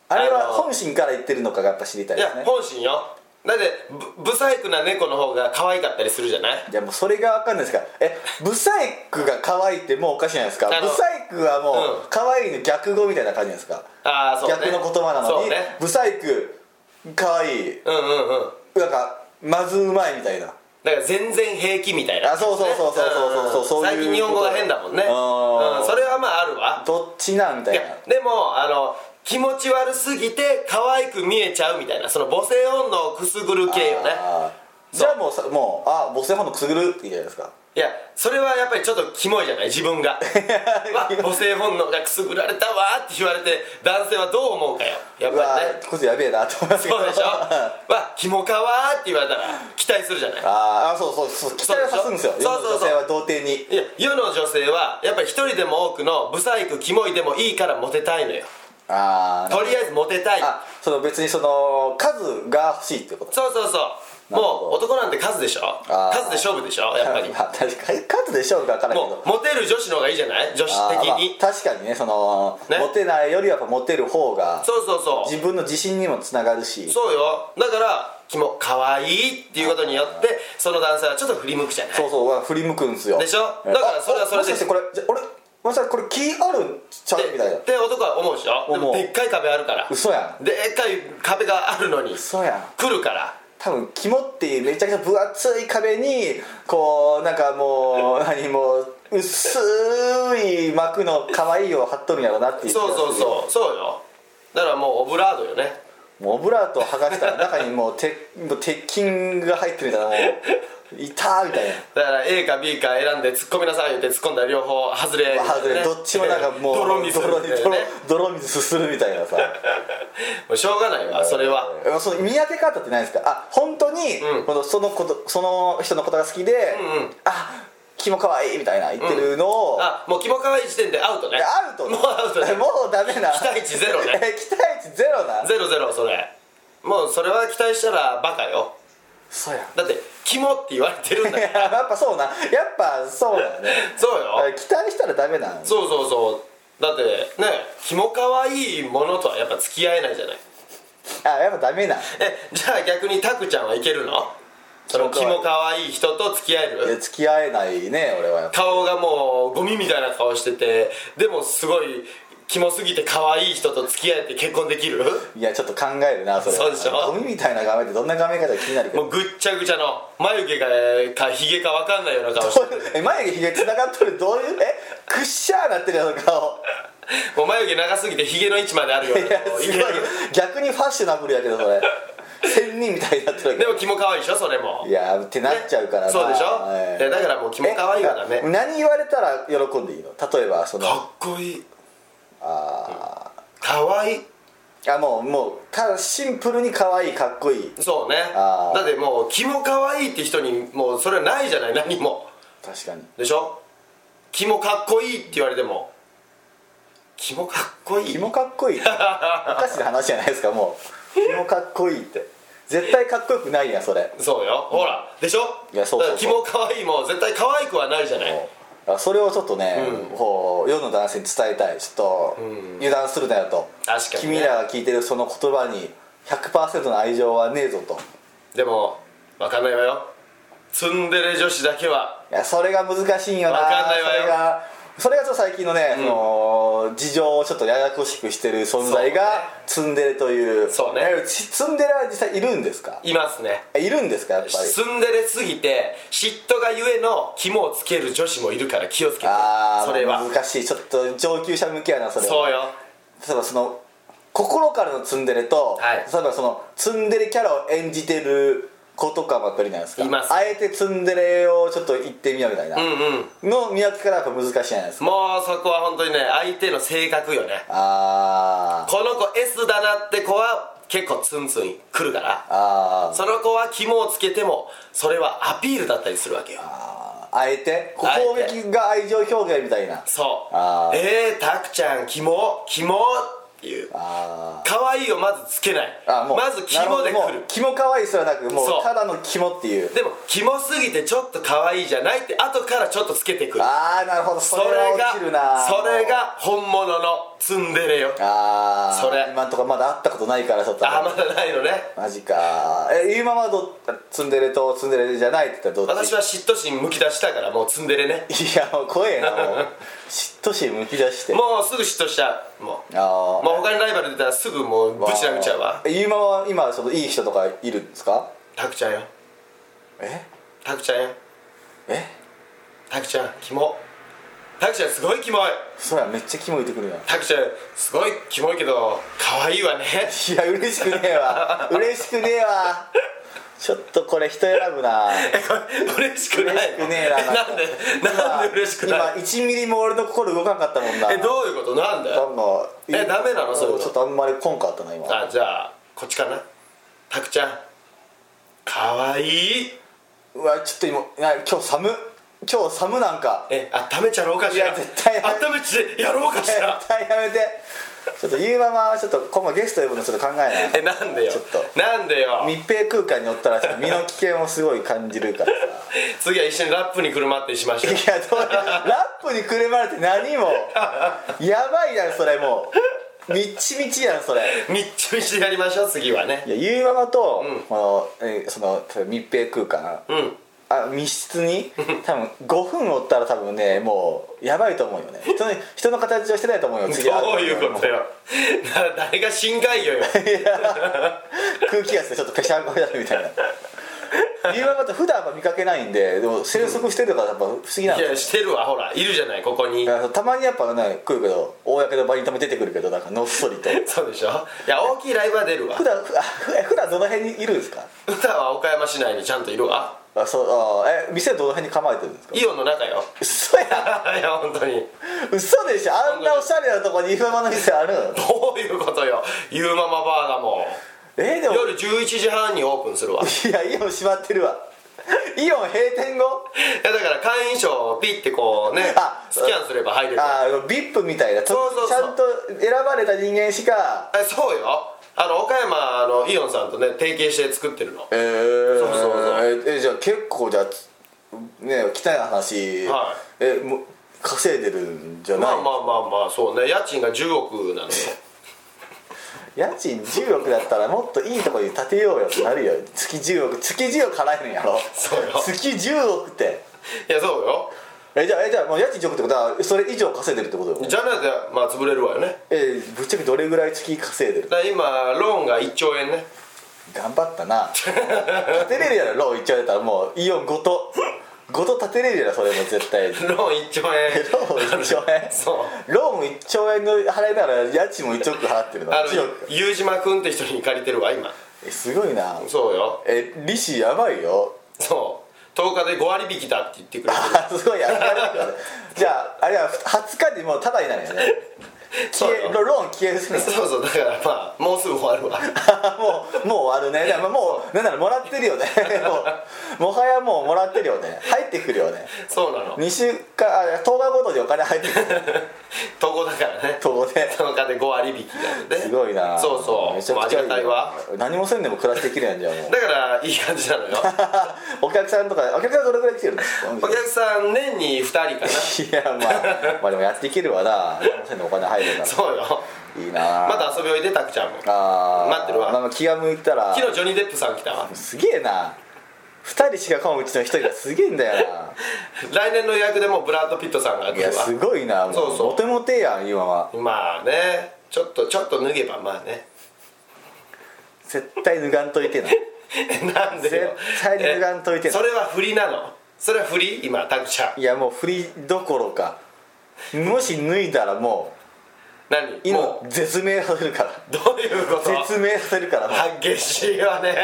Speaker 4: あれ
Speaker 2: あ
Speaker 4: は
Speaker 2: の
Speaker 4: 本心から言ってるのかがやっぱ知りた
Speaker 2: い
Speaker 4: いで
Speaker 2: や
Speaker 4: すね
Speaker 2: 本心よだってぶ不細工な猫の方が可愛かったりするじゃない
Speaker 4: いやもうそれが分かんないですからえブサイクが可愛いってもうおかしいじゃないですか
Speaker 2: あの
Speaker 4: ブサイクはも
Speaker 2: うん
Speaker 4: う可愛いの逆語みたいな感じじゃないですか
Speaker 2: ああそうね
Speaker 4: 逆の言葉なの
Speaker 2: そう
Speaker 4: に、
Speaker 2: ね
Speaker 4: ブサイク可愛い
Speaker 2: うんうんうん
Speaker 4: なんかまずうまいみたいな
Speaker 2: だから全然平気みたいな
Speaker 4: あそうそうそうそうそうそうそうそう
Speaker 2: 最
Speaker 4: いうこと
Speaker 2: 近日本語が変だもんねうん
Speaker 4: あー
Speaker 2: それはまああるわ
Speaker 4: どっちなんみた
Speaker 2: い
Speaker 4: い
Speaker 2: や
Speaker 4: な
Speaker 2: でもあの気持ち悪すぎて可愛く見えちゃうみたいなその母性本能をくすぐる系よね
Speaker 4: あーじゃあもうさもうあ母性本能くすぐるっていいじゃないですか
Speaker 2: いやそれはやっぱりちょっとキモいじゃない自分 がわ母性本能がくすぐられたわーって言われて男性はどう思うかよやっ
Speaker 4: うわ
Speaker 2: ぱりね
Speaker 4: こいつやべえなと思いますけど
Speaker 2: そうでしょ
Speaker 4: あ
Speaker 2: わキモかわーって言われたら期待するじゃない
Speaker 4: ーあそうそうそう期待をさすんですよ
Speaker 2: そうでしょそうそうそう
Speaker 4: 世の女性は童貞に
Speaker 2: いや世の女性はやっぱり一人でも多くのブサイクキモいでもいいからモテたいのよ
Speaker 4: ああ
Speaker 2: とりあえずモテたい
Speaker 4: あその別にその数が欲しいってこと
Speaker 2: そうそうそう
Speaker 4: なるほ
Speaker 2: もう男なんて数でしょ
Speaker 4: あー
Speaker 2: 数で勝負でしょやっぱり
Speaker 4: まあ 確かに数でしょうか分からんけ
Speaker 2: も
Speaker 4: ど
Speaker 2: うモテる女子の方がいいじゃない女
Speaker 4: あ
Speaker 2: 子
Speaker 4: ー
Speaker 2: 的
Speaker 4: まあ
Speaker 2: に
Speaker 4: 確かにねその
Speaker 2: ね
Speaker 4: モテないよりはやっぱモテる方が
Speaker 2: そうそうそう
Speaker 4: 自分の自信にもつながるし
Speaker 2: そうよだからキモ可愛いっていうことによってその男性はちょっと振り向くじゃない
Speaker 4: そうそうわ振り向くんすよ
Speaker 2: でしょ
Speaker 4: え
Speaker 2: だからそれはそれで
Speaker 4: ああもしかしてこれじゃ俺まさかこれ気あるんちゃうみたいな
Speaker 2: でで男は思うでしょで
Speaker 4: 思
Speaker 2: も
Speaker 4: う
Speaker 2: でっかい壁あるから
Speaker 4: 嘘やん
Speaker 2: でっかい壁があるのに来
Speaker 4: 嘘やん
Speaker 2: るから
Speaker 4: 多分肝っていうめちゃくちゃ分厚い壁にこうなんかもう何もう薄い膜の可愛いを貼っとるんやろなっていう
Speaker 2: そうそうそうそうよだからもうオブラードよね
Speaker 4: うもうオブラートを剥がしたら中にもう鉄もう鉄筋が入ってるみたいなもういたーみたいな
Speaker 2: だから A か B か選んで突っ込みなさいって突っ込んだら両方外れ、
Speaker 4: まあ外れどっちもなんかもう
Speaker 2: 泥水みたいな
Speaker 4: 泥
Speaker 2: ね
Speaker 4: に泥泥水すするみたいなさ
Speaker 2: もうしょうがないわそれは
Speaker 4: えーその見分け方ってないですかあ本当に、
Speaker 2: うん
Speaker 4: このそのことその人のことが好きで、
Speaker 2: うんうん
Speaker 4: あキモ可愛いみたいな言ってるのを、
Speaker 2: あもうキモ可愛い時点でアウトね
Speaker 4: でアウト
Speaker 2: もうアウトね
Speaker 4: もうダメな
Speaker 2: 期待値ゼロね
Speaker 4: 期待値ゼロな
Speaker 2: ゼロゼロそれもうそれは期待したらバカよ
Speaker 4: そうや
Speaker 2: だってキモって言われてるんだから
Speaker 4: やっぱそうなやっぱそうだね
Speaker 2: そうよ
Speaker 4: 期待したらダメなの
Speaker 2: そうそうそうだってねキモ可愛いものとはやっぱ付き合えないじゃない
Speaker 4: あやっぱダメなの
Speaker 2: えじゃあ逆にタクちゃんはいけるのそのキ
Speaker 4: キ
Speaker 2: モ
Speaker 4: モ
Speaker 2: 可愛い人と付き合え
Speaker 4: いや
Speaker 2: る
Speaker 4: 付き合えないね俺はやっぱ
Speaker 2: 顔がもうゴミみたいな顔しててでもすごいキモすぎて可愛い人と付き合えて結婚できる
Speaker 4: いやちょっと考えるなそれは
Speaker 2: そうでしょ
Speaker 4: ゴミみたいな画面ってどんな画面か気になるけ
Speaker 2: も
Speaker 4: ど
Speaker 2: うぐっちゃぐちゃの眉毛かかひげか分かんないような顔して
Speaker 4: え眉毛ひげつながっとるどういうえくっしゃーなってるやろ顔
Speaker 2: もう眉毛長すぎてひげの位置まであるよう
Speaker 4: い
Speaker 2: な
Speaker 4: や
Speaker 2: 顔
Speaker 4: すごい逆にファッショナブルやけどそれ仙人みたいになってる
Speaker 2: で
Speaker 4: け
Speaker 2: もキモ可愛いでしょそれも
Speaker 4: どいやーってなっちゃうからな
Speaker 2: そうでしょ、
Speaker 4: はい
Speaker 2: えだからもうキモ可愛いはダメ
Speaker 4: え
Speaker 2: かっ
Speaker 4: 何言われたら喜んでいいの例えばそのあ
Speaker 2: こいい
Speaker 4: あ
Speaker 2: 可愛い
Speaker 4: ーあもうもうただシンプルに可愛いかっこいい
Speaker 2: そうね
Speaker 4: あー
Speaker 2: だってもうキモ可愛いって人にもうそれはないじゃない何も
Speaker 4: 確かに
Speaker 2: でしょキモかっこいいって言われてもキモかっこいい
Speaker 4: キモかっこいいおかしな話じゃないですかもうキモかっこいいって絶対かっこよくないやんそれ
Speaker 2: そうよほらでしょ
Speaker 4: いやそうそうそう
Speaker 2: だからキモ可愛いも絶対可愛くはないじゃない
Speaker 4: あそれをちょっとね、こう世の男性に伝えたいちょっと油断するなよと、
Speaker 2: 確かにね
Speaker 4: 君らが聞いてるその言葉に100%の愛情はねえぞと
Speaker 2: でも分かんないわよツンデレ女子だけはい
Speaker 4: やそれが難しいんよな
Speaker 2: わかんないわよ
Speaker 4: それがそれがちょっと最近のね、その事情をちょっとややこしくしてる存在がツンデレという
Speaker 2: そうね
Speaker 4: えちツンデレは実際いるんですか
Speaker 2: いますね
Speaker 4: えいるんですかやっぱり
Speaker 2: ツンデレすぎて嫉妬がゆえの肝をつける女子もいるから気をつけて
Speaker 4: ああ
Speaker 2: それは
Speaker 4: 難しいちょっと上級者向けやなそれは
Speaker 2: そうよ
Speaker 4: 例えばその心からのツンデレと、
Speaker 2: はい
Speaker 4: 例えばそのツンデレキャラを演じてる子とかばっかりじゃないですか
Speaker 2: います
Speaker 4: あえてツンデレをちょっと言ってみようみたいな、
Speaker 2: うんうん
Speaker 4: の見分けからやっぱ難しいじゃないですか
Speaker 2: もうそこは本当にね相手の性格よね
Speaker 4: あー
Speaker 2: この子 S だなって子は結構ツンツン来るから
Speaker 4: あー
Speaker 2: その子は肝をつけてもそれはアピールだったりするわけよ
Speaker 4: あーあえてこう
Speaker 2: あ
Speaker 4: 攻
Speaker 2: えて
Speaker 4: 撃が愛情表現みたいな
Speaker 2: そう
Speaker 4: あー
Speaker 2: えー、たくちゃん肝肝っていう
Speaker 4: あー
Speaker 2: 可愛いをまずつけない
Speaker 4: あーもう
Speaker 2: まず肝で
Speaker 4: な
Speaker 2: 来
Speaker 4: るほども
Speaker 2: る
Speaker 4: う肝可愛いすらなくもう
Speaker 2: そう
Speaker 4: ただの肝っていう
Speaker 2: でもキモすぎてちょっと可愛いじゃないって後からちょっとつけてくる
Speaker 4: ああなるほどそれは落ちるな
Speaker 2: それが本物のツンデレよ
Speaker 4: ああ
Speaker 2: それ
Speaker 4: 今んとこまだ会ったことないからちょっと
Speaker 2: あまだないのね
Speaker 4: マジかえ今はどツンデレとツンデレじゃないって言ったらどっち
Speaker 2: 私は嫉妬心むき出したからもうツンデレね
Speaker 4: いやもう怖えなもう嫉妬心むき出して
Speaker 2: もうすぐ嫉妬しちゃうもう
Speaker 4: あ
Speaker 2: も
Speaker 4: あ
Speaker 2: う他にライバル出たらすぐもうぶち殴っちゃうわ
Speaker 4: え今は今そのいい人とかいるんですか
Speaker 2: タクちゃんよ
Speaker 4: え
Speaker 2: タクちゃんよ
Speaker 4: え
Speaker 2: タクちゃんキモタクちゃんすごいキモい
Speaker 4: そうやめっちゃキモいてくるやん
Speaker 2: タクちゃんすごいキモいけど可愛いわね
Speaker 4: いや嬉しくねえわ嬉しくねえわちょっとこれ人選ぶな
Speaker 2: えこれ嬉しくない
Speaker 4: 嬉しくねえななんか
Speaker 2: んでなんで嬉しくない
Speaker 4: 今今1ミリも俺の心動かんかったもんな
Speaker 2: えどういうことなんで
Speaker 4: なんか
Speaker 2: えダメなのそういうの
Speaker 4: ちょっとあんまりこんかったな今
Speaker 2: あじゃあこっちかなたくちゃんかわいいう
Speaker 4: わちょっと今な今日寒っ今日寒なんか
Speaker 2: え温めちゃろうかしら
Speaker 4: いや絶対
Speaker 2: 温めてやろうかし
Speaker 4: 絶
Speaker 2: ら
Speaker 4: 対やめてちょっとゆうままちょっと今後ゲスト呼ぶのちょっと 考えない
Speaker 2: えなんでよ
Speaker 4: ちょっと
Speaker 2: なんでよ
Speaker 4: 密閉空間におったらちょっと身の危険をすごい感じるからさ
Speaker 2: 次は一緒にラップにくるまってしましょ
Speaker 4: いうやどうラップにくるまれて何もやばいやんそれもうみっちみちやんそれ
Speaker 2: みっちみちでやりましょう次はね
Speaker 4: いやゆうままと、
Speaker 2: うん
Speaker 4: このえその例えば密閉空間、
Speaker 2: うん
Speaker 4: あ密室に多分5分おったら多分ねもうやばいと思うよね人に人の形をしてないと思うよ
Speaker 2: ど
Speaker 4: 次会
Speaker 2: ういうことよな誰が深海 魚よ
Speaker 4: 空気圧でちょっとペシャンコになるみたいな理由はまた普段は見かけないんででも生息してるからやっぱ不思議なん
Speaker 2: い
Speaker 4: で
Speaker 2: やしてるわほらいるじゃないここに
Speaker 4: たまにやっぱね来るけど公の場に多分出てくるけどなんかのっそりと
Speaker 2: そうでしょいや大きいライブは出るわ
Speaker 4: 普段ふあふえ普段どの辺にいるんですか
Speaker 2: 歌は岡山市内にちゃんといるわ
Speaker 4: あそうあえ店どの辺に構えてるんですか
Speaker 2: イオンの中よ
Speaker 4: 嘘や
Speaker 2: いや本当に
Speaker 4: 嘘でしょあんなおしゃれなとこにゆうままの店ある
Speaker 2: どういうことよゆうままバーだもん
Speaker 4: えでも
Speaker 2: 夜11時半にオープンするわい
Speaker 4: いやイオン閉まってるわイオン閉店後
Speaker 2: やだから会員証をピッてこうね
Speaker 4: あ
Speaker 2: スキャンすれば入れる
Speaker 4: ああ VIP みたいなちょ
Speaker 2: そうそうそう
Speaker 4: ちゃんと選ばれた人間しか
Speaker 2: えそうよあの岡山のイオンさんとね提携して作ってるの
Speaker 4: えー、
Speaker 2: そうそうそう
Speaker 4: ええじゃあ結構じゃあつね汚い話、
Speaker 2: は
Speaker 4: えもう稼いでるんじゃな
Speaker 2: ま
Speaker 4: い、
Speaker 2: あまあまあまあそうね家賃が10億 なのよ
Speaker 4: 家賃10億だったらもっといいとこに建てようよってなるよ月10億月10億払えるんやろ
Speaker 2: そうよ
Speaker 4: 月10億って
Speaker 2: いやそうよ
Speaker 4: えじゃあえじゃあもう家賃10億ってことはそれ以上稼いでるってことよ
Speaker 2: じゃないとまあ潰れるわよね
Speaker 4: えぶっちゃけどれぐらい月稼いでる
Speaker 2: だから今ローンが1兆円ね
Speaker 4: 頑張ったな建てれるやろローン一丁出たらもうイオンごとごと建てれるやろそれも絶対
Speaker 2: ロ
Speaker 4: ロ
Speaker 2: ーン1兆円
Speaker 4: ーン1兆円
Speaker 2: そう
Speaker 4: ローン1兆円の払いながら家賃も1億払ってるの
Speaker 2: あ
Speaker 4: 1億
Speaker 2: の友島君って人に借りてるわ今
Speaker 4: えすごいな
Speaker 2: そうよ
Speaker 4: え利子やばいよ
Speaker 2: そう10日で5割引きだって言ってくれて
Speaker 4: あすごいやばいじゃああれは20日にもうタダになるよね
Speaker 2: そ
Speaker 4: 消
Speaker 2: う
Speaker 4: え
Speaker 2: よ
Speaker 4: ロローン消えるすね
Speaker 2: るそうそうだからまあもうすぐ終わるわ
Speaker 4: もうもう終わるねでももうなんならもらってる よねもうもはやもうもらってるよね入ってくるよね
Speaker 2: そうなの
Speaker 4: 2週間あ10日ごとにお金入ってくる
Speaker 2: 統合だからね
Speaker 4: とこで
Speaker 2: 10日で5割引きなのです
Speaker 4: ごいな
Speaker 2: そうそう
Speaker 4: めちゃ
Speaker 2: もうあ
Speaker 4: く
Speaker 2: り
Speaker 4: ちゃ
Speaker 2: が
Speaker 4: いい
Speaker 2: たいわ
Speaker 4: 何もせんでも暮らしていけるやんじゃあもう
Speaker 2: だからいい感じなのよ
Speaker 4: お客さんとかお客さんどれぐらい来てるんですか
Speaker 2: お客さん年に2人かな
Speaker 4: いやまあまあでもやっていけるわな何千のお金入るから
Speaker 2: そうよ
Speaker 4: いいな
Speaker 2: また遊びおいでたくちゃんも
Speaker 4: あー
Speaker 2: 待ってるわ
Speaker 4: まあまあ気が向いたら
Speaker 2: 昨日ジョニー・デップさん来 たわ
Speaker 4: すげえな2人しかかむうちの1人がすげえんだよ
Speaker 2: 来年の予約でもうブラッド・ピットさんが
Speaker 4: ない
Speaker 2: 来
Speaker 4: や
Speaker 2: るわ
Speaker 4: すごいなもう
Speaker 2: そうそう
Speaker 4: モテモテやん今は
Speaker 2: まあねちょっとちょっと脱げばまあね
Speaker 4: 絶対脱がんといてな
Speaker 2: なんでよ
Speaker 4: 絶対に脱がんといて
Speaker 2: え
Speaker 4: な
Speaker 2: それは振りなのそれは振り今タクちゃん
Speaker 4: いやもう振りどころかもし脱いだらも
Speaker 2: 何
Speaker 4: う今
Speaker 2: も
Speaker 4: 絶命させるから
Speaker 2: うどういうこと
Speaker 4: 絶命させるからもう
Speaker 2: 激しいわね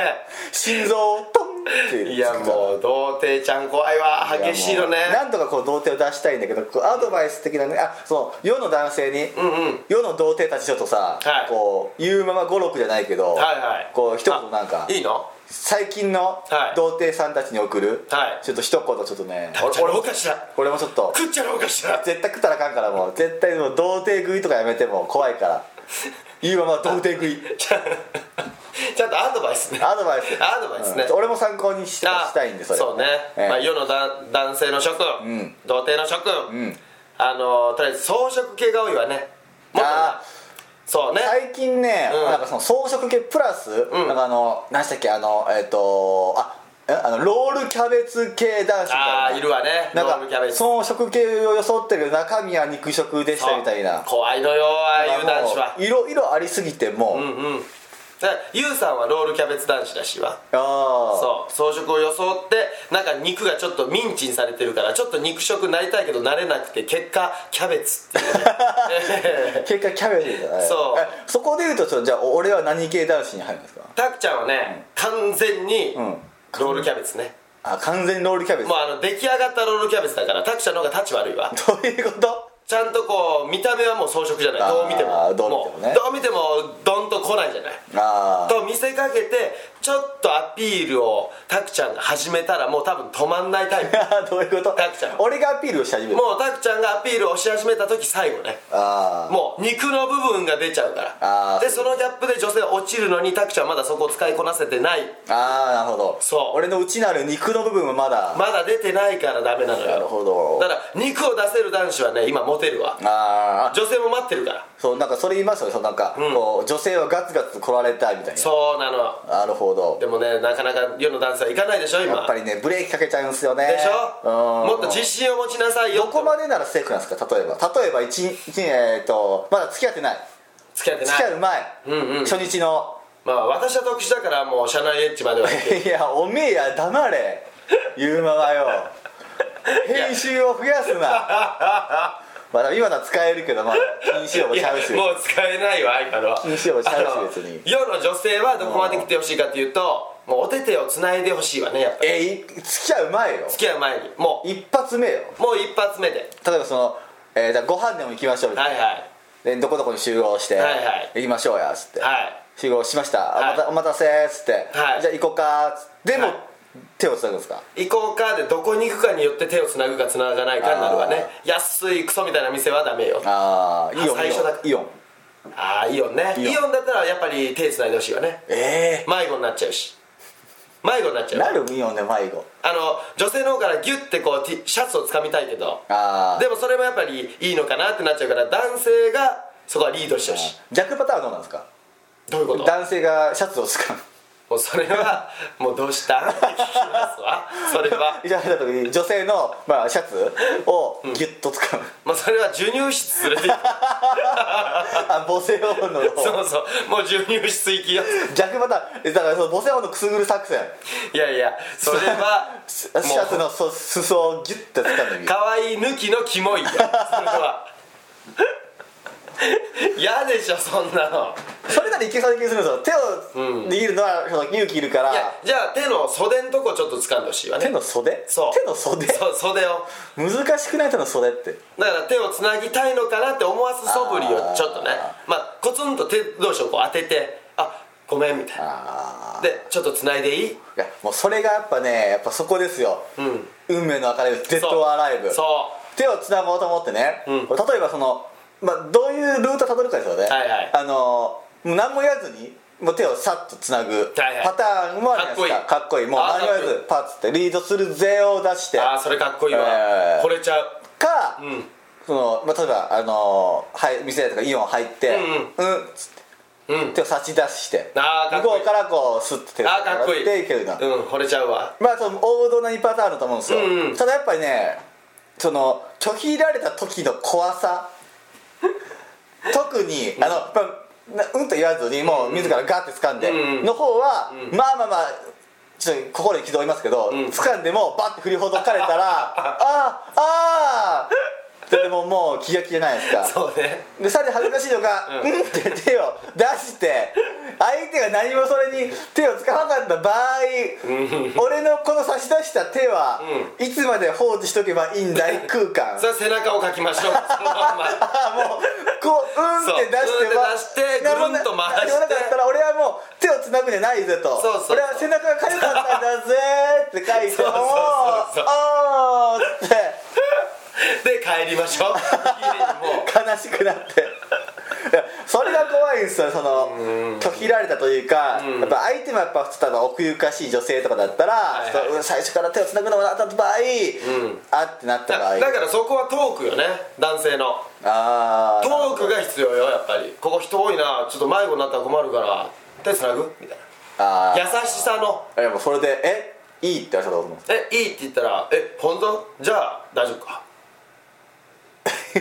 Speaker 4: 心臓をトンって
Speaker 2: いやもう童貞ちゃん怖いわ
Speaker 4: いやもう
Speaker 2: 激しいのね
Speaker 4: なんとかこう童貞を出したいんだけどこうアドバイス的なねあそう世の男性に、
Speaker 2: うんうん
Speaker 4: 世の童貞たちちょっとさ、
Speaker 2: はい
Speaker 4: こう言うまま56じゃないけど、
Speaker 2: はいはい
Speaker 4: こう一言なんか
Speaker 2: あいいの
Speaker 4: 最近の
Speaker 2: はい
Speaker 4: 童貞さんたちに送る、
Speaker 2: はい
Speaker 4: ちょっと一言ちょっとね
Speaker 2: タクちゃんろうかしら
Speaker 4: 俺もちょっと
Speaker 2: 食っちゃろうかしら
Speaker 4: 絶対食ったらあかんからもう絶対もう童貞食いとかやめてもう怖いから言うまま童貞食い
Speaker 2: ちゃん ちゃんとアドバイスね
Speaker 4: アドバイス
Speaker 2: アドバイスね
Speaker 4: うん俺も参考にし
Speaker 2: あ
Speaker 4: したいんでそれ
Speaker 2: うね、
Speaker 4: ええ
Speaker 2: まあ、世のだ男性の諸君、
Speaker 4: ん
Speaker 2: 童貞の諸君、
Speaker 4: うん
Speaker 2: あのとりあえず装飾系が多いわねもっと
Speaker 4: あ
Speaker 2: そうね
Speaker 4: 最近ね、
Speaker 2: うん
Speaker 4: なんかその装飾系プラス、なんかあの何でしたっけあのえっ、とあえあのロールキャベツ系男子みたいな
Speaker 2: ああーいるわね
Speaker 4: なん
Speaker 2: ロールキャ
Speaker 4: か
Speaker 2: ベツ
Speaker 4: 装飾系を装ってる中身は肉食でしたみたいな
Speaker 2: そう怖いのよああいう男子は
Speaker 4: もう色々ありすぎてもう、
Speaker 2: うんうんだからゆうさんはロールキャベツ男子だしわ
Speaker 4: あ
Speaker 2: そう装飾を装ってなんか肉がちょっとミンチにされてるからちょっと肉食になりたいけどなれなくて結果キャベツっていうね
Speaker 4: あ結果キャベツじゃない
Speaker 2: そう
Speaker 4: えそこで言うとちょっとじゃあ俺は何系男子に入るんですか
Speaker 2: たくちゃんはね、完全に
Speaker 4: うん
Speaker 2: ロールキャベツね
Speaker 4: あ完全にロールキャベツ
Speaker 2: もうあの出来上がったロールキャベツだからタクちゃんの方が立ち悪いわ
Speaker 4: どういうこと
Speaker 2: ちゃんとこう見た目はもう装飾じゃない
Speaker 4: あー
Speaker 2: どう見ても
Speaker 4: どう見てもね
Speaker 2: どう見てもドンと来ないじゃない
Speaker 4: ああ
Speaker 2: と見せかけてちょっとアピールをタクちゃんが始めたらもう多分止まんないタイプ
Speaker 4: どういうこと
Speaker 2: タクちゃん
Speaker 4: 俺がアピールをし始める
Speaker 2: もうタクちゃんがアピールをし始めた時最後ね
Speaker 4: あ
Speaker 2: もう肉の部分が出ちゃうか
Speaker 4: あ
Speaker 2: ら
Speaker 4: ー
Speaker 2: でそのギャップで女性は落ちるのにタクちゃんはまだそこを使いこなせてない
Speaker 4: あああなるほど
Speaker 2: そう
Speaker 4: 俺の内なる肉の部分はまだ、
Speaker 2: まだ出てないからダメなの
Speaker 4: なる
Speaker 2: よ
Speaker 4: ほど
Speaker 2: だから肉を出せる男子はね今モテるわ
Speaker 4: ああ
Speaker 2: 女性も待ってるから
Speaker 4: そうなんかそれ言いますよねそうなんか、
Speaker 2: うん
Speaker 4: こう女性はガツガツ来られたいみたいな
Speaker 2: そうなの
Speaker 4: なるほど
Speaker 2: でもねなかなか世の男性はいかないでしょ今
Speaker 4: やっぱりねブレーキかけちゃうんすよね
Speaker 2: でし
Speaker 4: う
Speaker 2: ょ
Speaker 4: ん
Speaker 2: もっと自信を持ちなさいよ
Speaker 4: どこまでならセーフなんですか例えば例えば一日えっ、とまだ付き合ってない
Speaker 2: 付き合ってな
Speaker 4: 付き合
Speaker 2: いう
Speaker 4: 前、
Speaker 2: うんうん
Speaker 4: 初日の
Speaker 2: まあ私は特殊だからもう社内エッジまでは行
Speaker 4: いやおめえや黙れ言うままよ編集を増やすな まだ今のは使えるけどまだ禁止用
Speaker 2: く
Speaker 4: 語
Speaker 2: い
Speaker 4: ち
Speaker 2: や
Speaker 4: ゃうし
Speaker 2: もう使えないわ今のは
Speaker 4: 禁止用語ちゃ
Speaker 2: あの
Speaker 4: うし別に
Speaker 2: 世の女性はどこまで来てほしいかっていうともうお手手をつないでほしいわねやっぱり
Speaker 4: えい付き合う前よ
Speaker 2: 付き合う前にも
Speaker 4: 一発目よ
Speaker 2: うもう一発目で
Speaker 4: 例えばその、えーじゃあご飯でも行きましょうみたいな
Speaker 2: はいはい
Speaker 4: でどこどこに集合して、
Speaker 2: はいはい
Speaker 4: 行きましょうやっつって、
Speaker 2: はい
Speaker 4: 集合しました、
Speaker 2: はい
Speaker 4: あまたお待たせっつって、
Speaker 2: はい
Speaker 4: じゃあ行こうかっつってでも、
Speaker 2: はい
Speaker 4: 手をつなぐんですか
Speaker 2: 行こうかでどこに行くかによって手をつなぐかつながないかになるわね安いクソみたいな店はダメよ
Speaker 4: ああイオン
Speaker 2: 最初だ
Speaker 4: イオンイオン
Speaker 2: ああイオンね
Speaker 4: イ
Speaker 2: イ
Speaker 4: オン
Speaker 2: オンだったらやっぱり手つないでほしいわね
Speaker 4: え
Speaker 2: 迷子になっちゃうし迷子になっち
Speaker 4: え
Speaker 2: ゃう
Speaker 4: なるイオンで迷子
Speaker 2: あの女性の方からギュッてこう T シャツをつかみたいけど
Speaker 4: ああ
Speaker 2: でもそれもやっぱりいいのかなってなっちゃうから男性がそこはリードしてほしい
Speaker 4: 逆パターンはどうなんですか
Speaker 2: どういうこと
Speaker 4: 男性がシャツをつかむ
Speaker 2: もうそれはもうどう したんって聞きますわそれは
Speaker 4: じゃあ入った時に女性の、まあ、シャツをギュッとつかむ、
Speaker 2: もうそれは授乳室連れて行く
Speaker 4: あ母性本能の
Speaker 2: そうそうもう授乳室行きよ
Speaker 4: 逆パターンえだからその母性本能くすぐる作戦
Speaker 2: いやいやそれは
Speaker 4: シャツ
Speaker 2: も
Speaker 4: のそ裾をギュッてつかんでみ
Speaker 2: う
Speaker 4: る
Speaker 2: 可愛い抜きのキモいよそれは 嫌でしょそんなの
Speaker 4: それならいけそうな気がするんですよ手を握るのはその勇気いるから、
Speaker 2: いやじゃあ手の袖のとこちょっと掴んでほしいわね
Speaker 4: 手の袖
Speaker 2: そう
Speaker 4: 手の袖
Speaker 2: そう袖を
Speaker 4: 難しくない手の袖って
Speaker 2: だから手をつなぎたいのかなって思わす素振りをちょっとねまあコツンと手同士をこう当ててあごめんみたいな
Speaker 4: ああ
Speaker 2: でちょっとつないでいい
Speaker 4: いやもうそれがやっぱねやっぱそこですよ、
Speaker 2: ん
Speaker 4: 運命の分かれ道 z アライブ
Speaker 2: そう
Speaker 4: 手をつなごうと思ってね、
Speaker 2: ん
Speaker 4: 例えばその、まあ、どういうルートたどるかですよね、
Speaker 2: はいはい
Speaker 4: あのもう何も言わずにもう手をさっとつなぐ
Speaker 2: はいはい
Speaker 4: パターンもあるじゃないです
Speaker 2: か
Speaker 4: かか
Speaker 2: っ
Speaker 4: っ
Speaker 2: こ
Speaker 4: こ
Speaker 2: い
Speaker 4: い
Speaker 2: い
Speaker 4: いもう何も言
Speaker 2: あーか
Speaker 4: わ
Speaker 2: っこ
Speaker 4: ずパッつってリードする勢を出して
Speaker 2: ああそれかっこいいわ、
Speaker 4: えー
Speaker 2: 惚れちゃう
Speaker 4: か、
Speaker 2: うん
Speaker 4: その、まあ、例えば、あのーはい、店とかイオン入って、うん、うん、っつって、
Speaker 2: うん
Speaker 4: 手を差し出して、
Speaker 2: あーかっこいい
Speaker 4: 向こうからこう、スッと手を
Speaker 2: ああかっこいい
Speaker 4: でいける
Speaker 2: う
Speaker 4: な。
Speaker 2: ん惚れちゃうわ
Speaker 4: まあ、その王道な2パターンだと思うんですよ。
Speaker 2: うんうん
Speaker 4: ただやっぱりね、その、拒否られた時の 怖さ、特に、あの、まあなうんと言わずに、もう自らガーって掴んで、
Speaker 2: うんうん
Speaker 4: の方は、まあまあまあ、ちょっと心に気取りますけど、
Speaker 2: ん
Speaker 4: 掴んでもバッて振りほどかれた らあーあーでももう気が気じゃないです か
Speaker 2: そうね
Speaker 4: でさらに恥ずかしいのが「うん」って手を出して相手が何もそれに手を使わなかった場合俺のこの差し出した手は、いつまで放置しとけばいいんだい空間
Speaker 2: それは背中をかきま しょうそのまんま
Speaker 4: あもうこう「うん」って出
Speaker 2: そううん
Speaker 4: しては
Speaker 2: って出してぐるんと回して
Speaker 4: 何もなかったら俺はもう手をつなぐんじゃないぜと
Speaker 2: そうそうそう
Speaker 4: 俺は背中がかゆかったんだぜって書いて「
Speaker 2: そうそうそうそう
Speaker 4: おーおー」って
Speaker 2: で帰りま しょう家にもう
Speaker 4: 悲しくなっていやそれが怖いんですよその拒否られたというか、やっぱ相手もやっぱ普通多分奥ゆかしい女性とかだったら、
Speaker 2: いはい
Speaker 4: ちょっとうん最初から手をつなぐのもあった場合、あってなった
Speaker 2: だ
Speaker 4: 場合
Speaker 2: だからそこはトークよね男性の
Speaker 4: ああ
Speaker 2: トークが必要よやっぱりここ人多いなちょっと迷子になったら困るから手つなぐみたい
Speaker 4: あ
Speaker 2: な
Speaker 4: ー
Speaker 2: 優しさの
Speaker 4: あでもそれで「えいい?」って言われたらどう思う
Speaker 2: えいいって言ったらえ本当じゃあ大丈夫か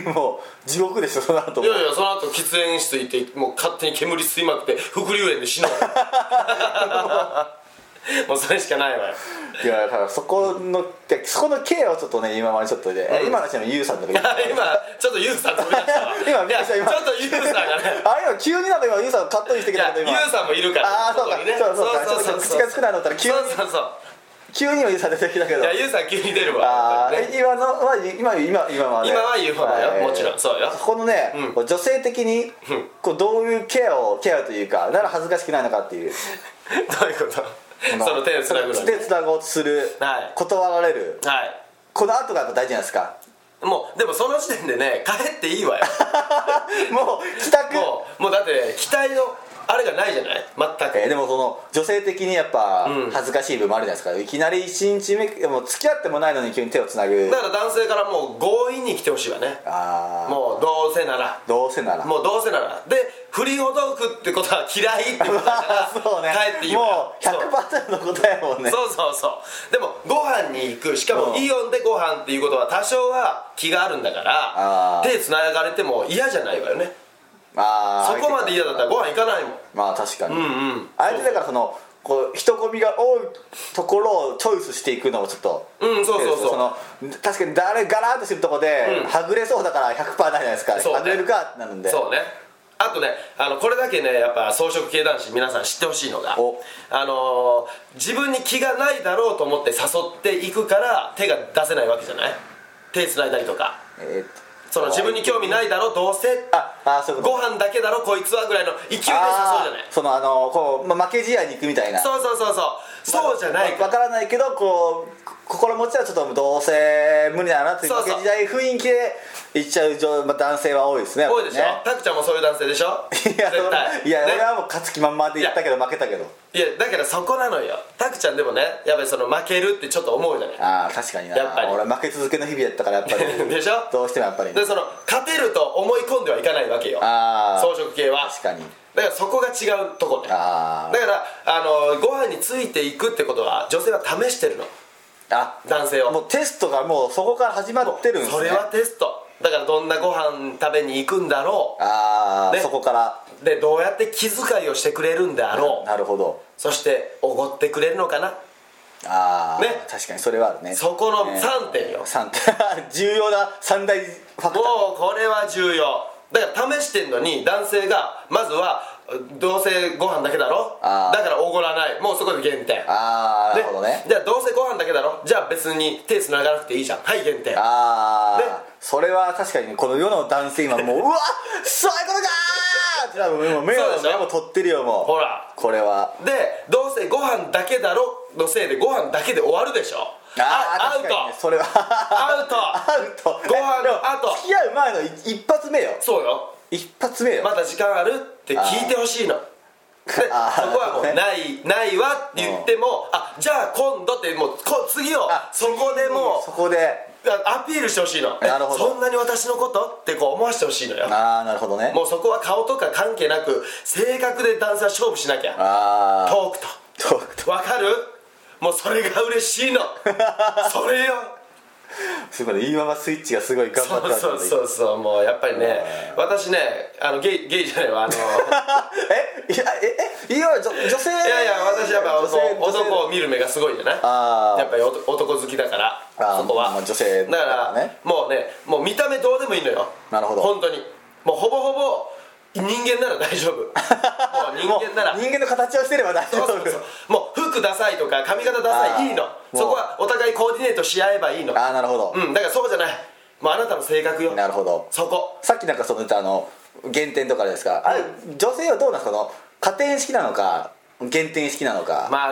Speaker 4: もう地獄でしょその後
Speaker 2: い
Speaker 4: も
Speaker 2: やいやその後喫煙室行ってもう勝手に煙吸いまくって副流炎で死ぬわ もうそれしかないわよ
Speaker 4: いやだからそこの、いやそこの経をちょっとね今までちょっとで、
Speaker 2: うん
Speaker 4: 今の話のユウさんだけど
Speaker 2: 今ちょっとユウさん飛び出したわ
Speaker 4: 今
Speaker 2: いや
Speaker 4: 皆
Speaker 2: ち
Speaker 4: さ
Speaker 2: ょ
Speaker 4: ん
Speaker 2: っ
Speaker 4: 今
Speaker 2: とユウさんがね
Speaker 4: あれ今急になんか今ユウさんカットインして
Speaker 2: い
Speaker 4: きた
Speaker 2: や
Speaker 4: けど
Speaker 2: ユ
Speaker 4: 今
Speaker 2: ウさんもいるから
Speaker 4: ああそう
Speaker 2: こ
Speaker 4: か、
Speaker 2: こにね
Speaker 4: そうそうか
Speaker 2: そうそうそう
Speaker 4: ちょっと口が少ないのだったら急に
Speaker 2: そうそうそう
Speaker 4: 急にはゆうさん出てきたけど
Speaker 2: いやゆうさん急に出るわ
Speaker 4: あ
Speaker 2: やっぱり
Speaker 4: ー
Speaker 2: ね
Speaker 4: 今のは今今今まで
Speaker 2: 今は言うほどよ
Speaker 4: はい
Speaker 2: もちろんそうよ
Speaker 4: このね、
Speaker 2: うん
Speaker 4: こう女性的に
Speaker 2: ん
Speaker 4: こうどういうケアをケアというかなら恥ずかしくないのかっ ていう
Speaker 2: どういうことその手をつなぐのに
Speaker 4: 手をつなごうとする、
Speaker 2: はい
Speaker 4: 断られる
Speaker 2: はい
Speaker 4: この後がやっぱ大事じゃないで すか
Speaker 2: もうでもその時点でね帰っていいわよ
Speaker 4: もう帰宅
Speaker 2: もうもうだって、ね、期待のあれがないじゃない全く、
Speaker 4: えーでもその女性的にやっぱ
Speaker 2: うん
Speaker 4: 恥ずかしい部分もあるじゃないですか、いきなり1日目もう付き合ってもないのに急に手をつなぐ
Speaker 2: だから男性からもう強引に来てほしいわね
Speaker 4: ああ
Speaker 2: もうどうせなら
Speaker 4: どうせなら
Speaker 2: もうどうせならで不倫を解くってことは嫌いってことだ
Speaker 4: あ
Speaker 2: から
Speaker 4: そうね
Speaker 2: 帰っていいわ
Speaker 4: もう
Speaker 2: よそう
Speaker 4: 100%の答えやもんね
Speaker 2: そうそうそうでもご飯に行くしかも
Speaker 4: うん
Speaker 2: イオンでご飯っていうことは多少は気があるんだから
Speaker 4: あー
Speaker 2: 手繋がれても嫌じゃないわよね
Speaker 4: あ
Speaker 2: そ
Speaker 4: ー
Speaker 2: こまで嫌だったらご飯行かないもん
Speaker 4: まあ確かに、
Speaker 2: うんうん
Speaker 4: あえてだからそのこう人混みが多いところをチョイスしていくのをちょっと
Speaker 2: うんそうそうそう
Speaker 4: の確かに誰ガラーッとしてるとこで、
Speaker 2: うん
Speaker 4: はぐれそうだから100%ないじゃないですか、
Speaker 2: そうね
Speaker 4: はぐれるかってなるんで
Speaker 2: そうねあとねあのこれだけねやっぱ草食系男子皆さん知ってほしいのが
Speaker 4: お
Speaker 2: あのー自分に気がないだろうと思って誘っていくから手が出せないわけじゃない手繋いだりとか
Speaker 4: えーっと
Speaker 2: その自分に興味ないだろどうせ
Speaker 4: ああーそういうこと
Speaker 2: ご飯だけだろこいつはぐらいの勢いで誘うじゃない
Speaker 4: あーそのあのこう、まあ、負け試合に行くみたいな
Speaker 2: そうそうそうそうそうじゃない
Speaker 4: わ
Speaker 2: か
Speaker 4: からないけどこうこ心持ちはちょっとどうせ無理だなっていう
Speaker 2: そうそう
Speaker 4: 負け試合雰囲気で行っちゃう女、まあ、男性は多いですねやっぱ
Speaker 2: 多い
Speaker 4: り
Speaker 2: でしょ
Speaker 4: ね
Speaker 2: たくちゃんもそういう男性でしょ
Speaker 4: いや
Speaker 2: 絶対
Speaker 4: いや、
Speaker 2: ね
Speaker 4: 俺はもう勝つ気満々で言ったけど負けたけど
Speaker 2: いやだからそこなのよたくちゃんでもねやっぱりその負けるってちょっと思うじゃない
Speaker 4: ああ確かにな
Speaker 2: やっぱり
Speaker 4: 俺は負け続けの日々やったからやっぱり
Speaker 2: でしょ
Speaker 4: どうしてもやっぱりね
Speaker 2: でその勝てると思い込んではいかないわけよ
Speaker 4: ああ
Speaker 2: 草食系は
Speaker 4: 確かに
Speaker 2: だからそこが違うとこねだか
Speaker 4: あ
Speaker 2: らあのご飯についていくってことは女性は試してるの
Speaker 4: ああ
Speaker 2: 男性を
Speaker 4: もうテストがもうそこから始まってるんですね
Speaker 2: それはテストだからどんなご飯食べに行くんだろ
Speaker 4: ああ、
Speaker 2: ね
Speaker 4: そこから
Speaker 2: うでどうやって気遣いをしてくれるんだろう
Speaker 4: なるほど
Speaker 2: そしておごってくれるのかな
Speaker 4: ああ、
Speaker 2: ね
Speaker 4: 確かにそれはあるね
Speaker 2: そこの
Speaker 4: ね
Speaker 2: 3点よ
Speaker 4: 三点 重要な三大ファクター
Speaker 2: もうこれは重要だから試してんのに男性がまずはどうせご飯だけだろ
Speaker 4: あー
Speaker 2: だからおごらないもうそこで減点
Speaker 4: ああな
Speaker 2: で
Speaker 4: るほどね
Speaker 2: じゃあどうせご飯だけだろじゃあ別に手繋がなくていいじゃんはい減点
Speaker 4: あ
Speaker 2: で
Speaker 4: あそれは確かにこの世の男性今もううわそういうことかーって多分もう目
Speaker 2: そう
Speaker 4: を
Speaker 2: でしょ
Speaker 4: 目を取ってるよもう
Speaker 2: ほら
Speaker 4: これは
Speaker 2: でどうせご飯だけだろのせいでご飯だけで終わるでしょあア
Speaker 4: ー
Speaker 2: ウ
Speaker 4: 確
Speaker 2: ト
Speaker 4: かにねそれは
Speaker 2: アウト
Speaker 4: アウト
Speaker 2: ご飯の
Speaker 4: えでも
Speaker 2: 後
Speaker 4: 付き合う前のい一発目よ
Speaker 2: そうよ
Speaker 4: 一発目よ、
Speaker 2: まだ時間あるって聞いてほしいので そこ
Speaker 4: あー
Speaker 2: はもう
Speaker 4: なるほどね
Speaker 2: ないないわって言ってもあじゃあ今度ってもうこ次を
Speaker 4: あ
Speaker 2: そこでも
Speaker 4: そこで
Speaker 2: うあアピールしてほしいの
Speaker 4: なるほど
Speaker 2: えそんなに私のことってこう思わせてほしいのよ
Speaker 4: ああなるほどね
Speaker 2: もうそこは顔とか関係なく性格で男性は勝負しなきゃ
Speaker 4: あ
Speaker 2: トークと
Speaker 4: あトークと
Speaker 2: わかるもうそれが嬉し いのそれよ
Speaker 4: すごいね今はスイッチがすごい頑張
Speaker 2: そ
Speaker 4: って
Speaker 2: うそうそうそうもうやっぱりね私ねあのゲイゲイじゃないわあのい
Speaker 4: えいやええいや女女性い
Speaker 2: やいや私やっぱこ
Speaker 4: 女性
Speaker 2: う
Speaker 4: 女性
Speaker 2: 男を見る目がすごいじゃない
Speaker 4: あー
Speaker 2: やっぱり男男好きだから
Speaker 4: あー
Speaker 2: そこは
Speaker 4: まあ女性
Speaker 2: だ
Speaker 4: だ
Speaker 2: か
Speaker 4: から
Speaker 2: ら
Speaker 4: ね
Speaker 2: もうねもう見た目どうでもいいのよ
Speaker 4: なるほど
Speaker 2: 本当にもうほぼほぼ人間なら大 丈夫もう人間なら
Speaker 4: もう人間の形をしてれば大丈
Speaker 2: そう
Speaker 4: 夫
Speaker 2: そうそうもう服ダサいとか髪型ダ
Speaker 4: あ
Speaker 2: サ
Speaker 4: ー
Speaker 2: いいいの
Speaker 4: もう
Speaker 2: そこはお互いコーディネートし合えばいいの
Speaker 4: ああなるほど、
Speaker 2: うんだからそうじゃないもうあなたの性格よ
Speaker 4: なるほど
Speaker 2: そこ
Speaker 4: さっきなんかそのあの減点とかですかあれ女性はどうなんですかこの加点式なのか減点式なのか、
Speaker 2: まあ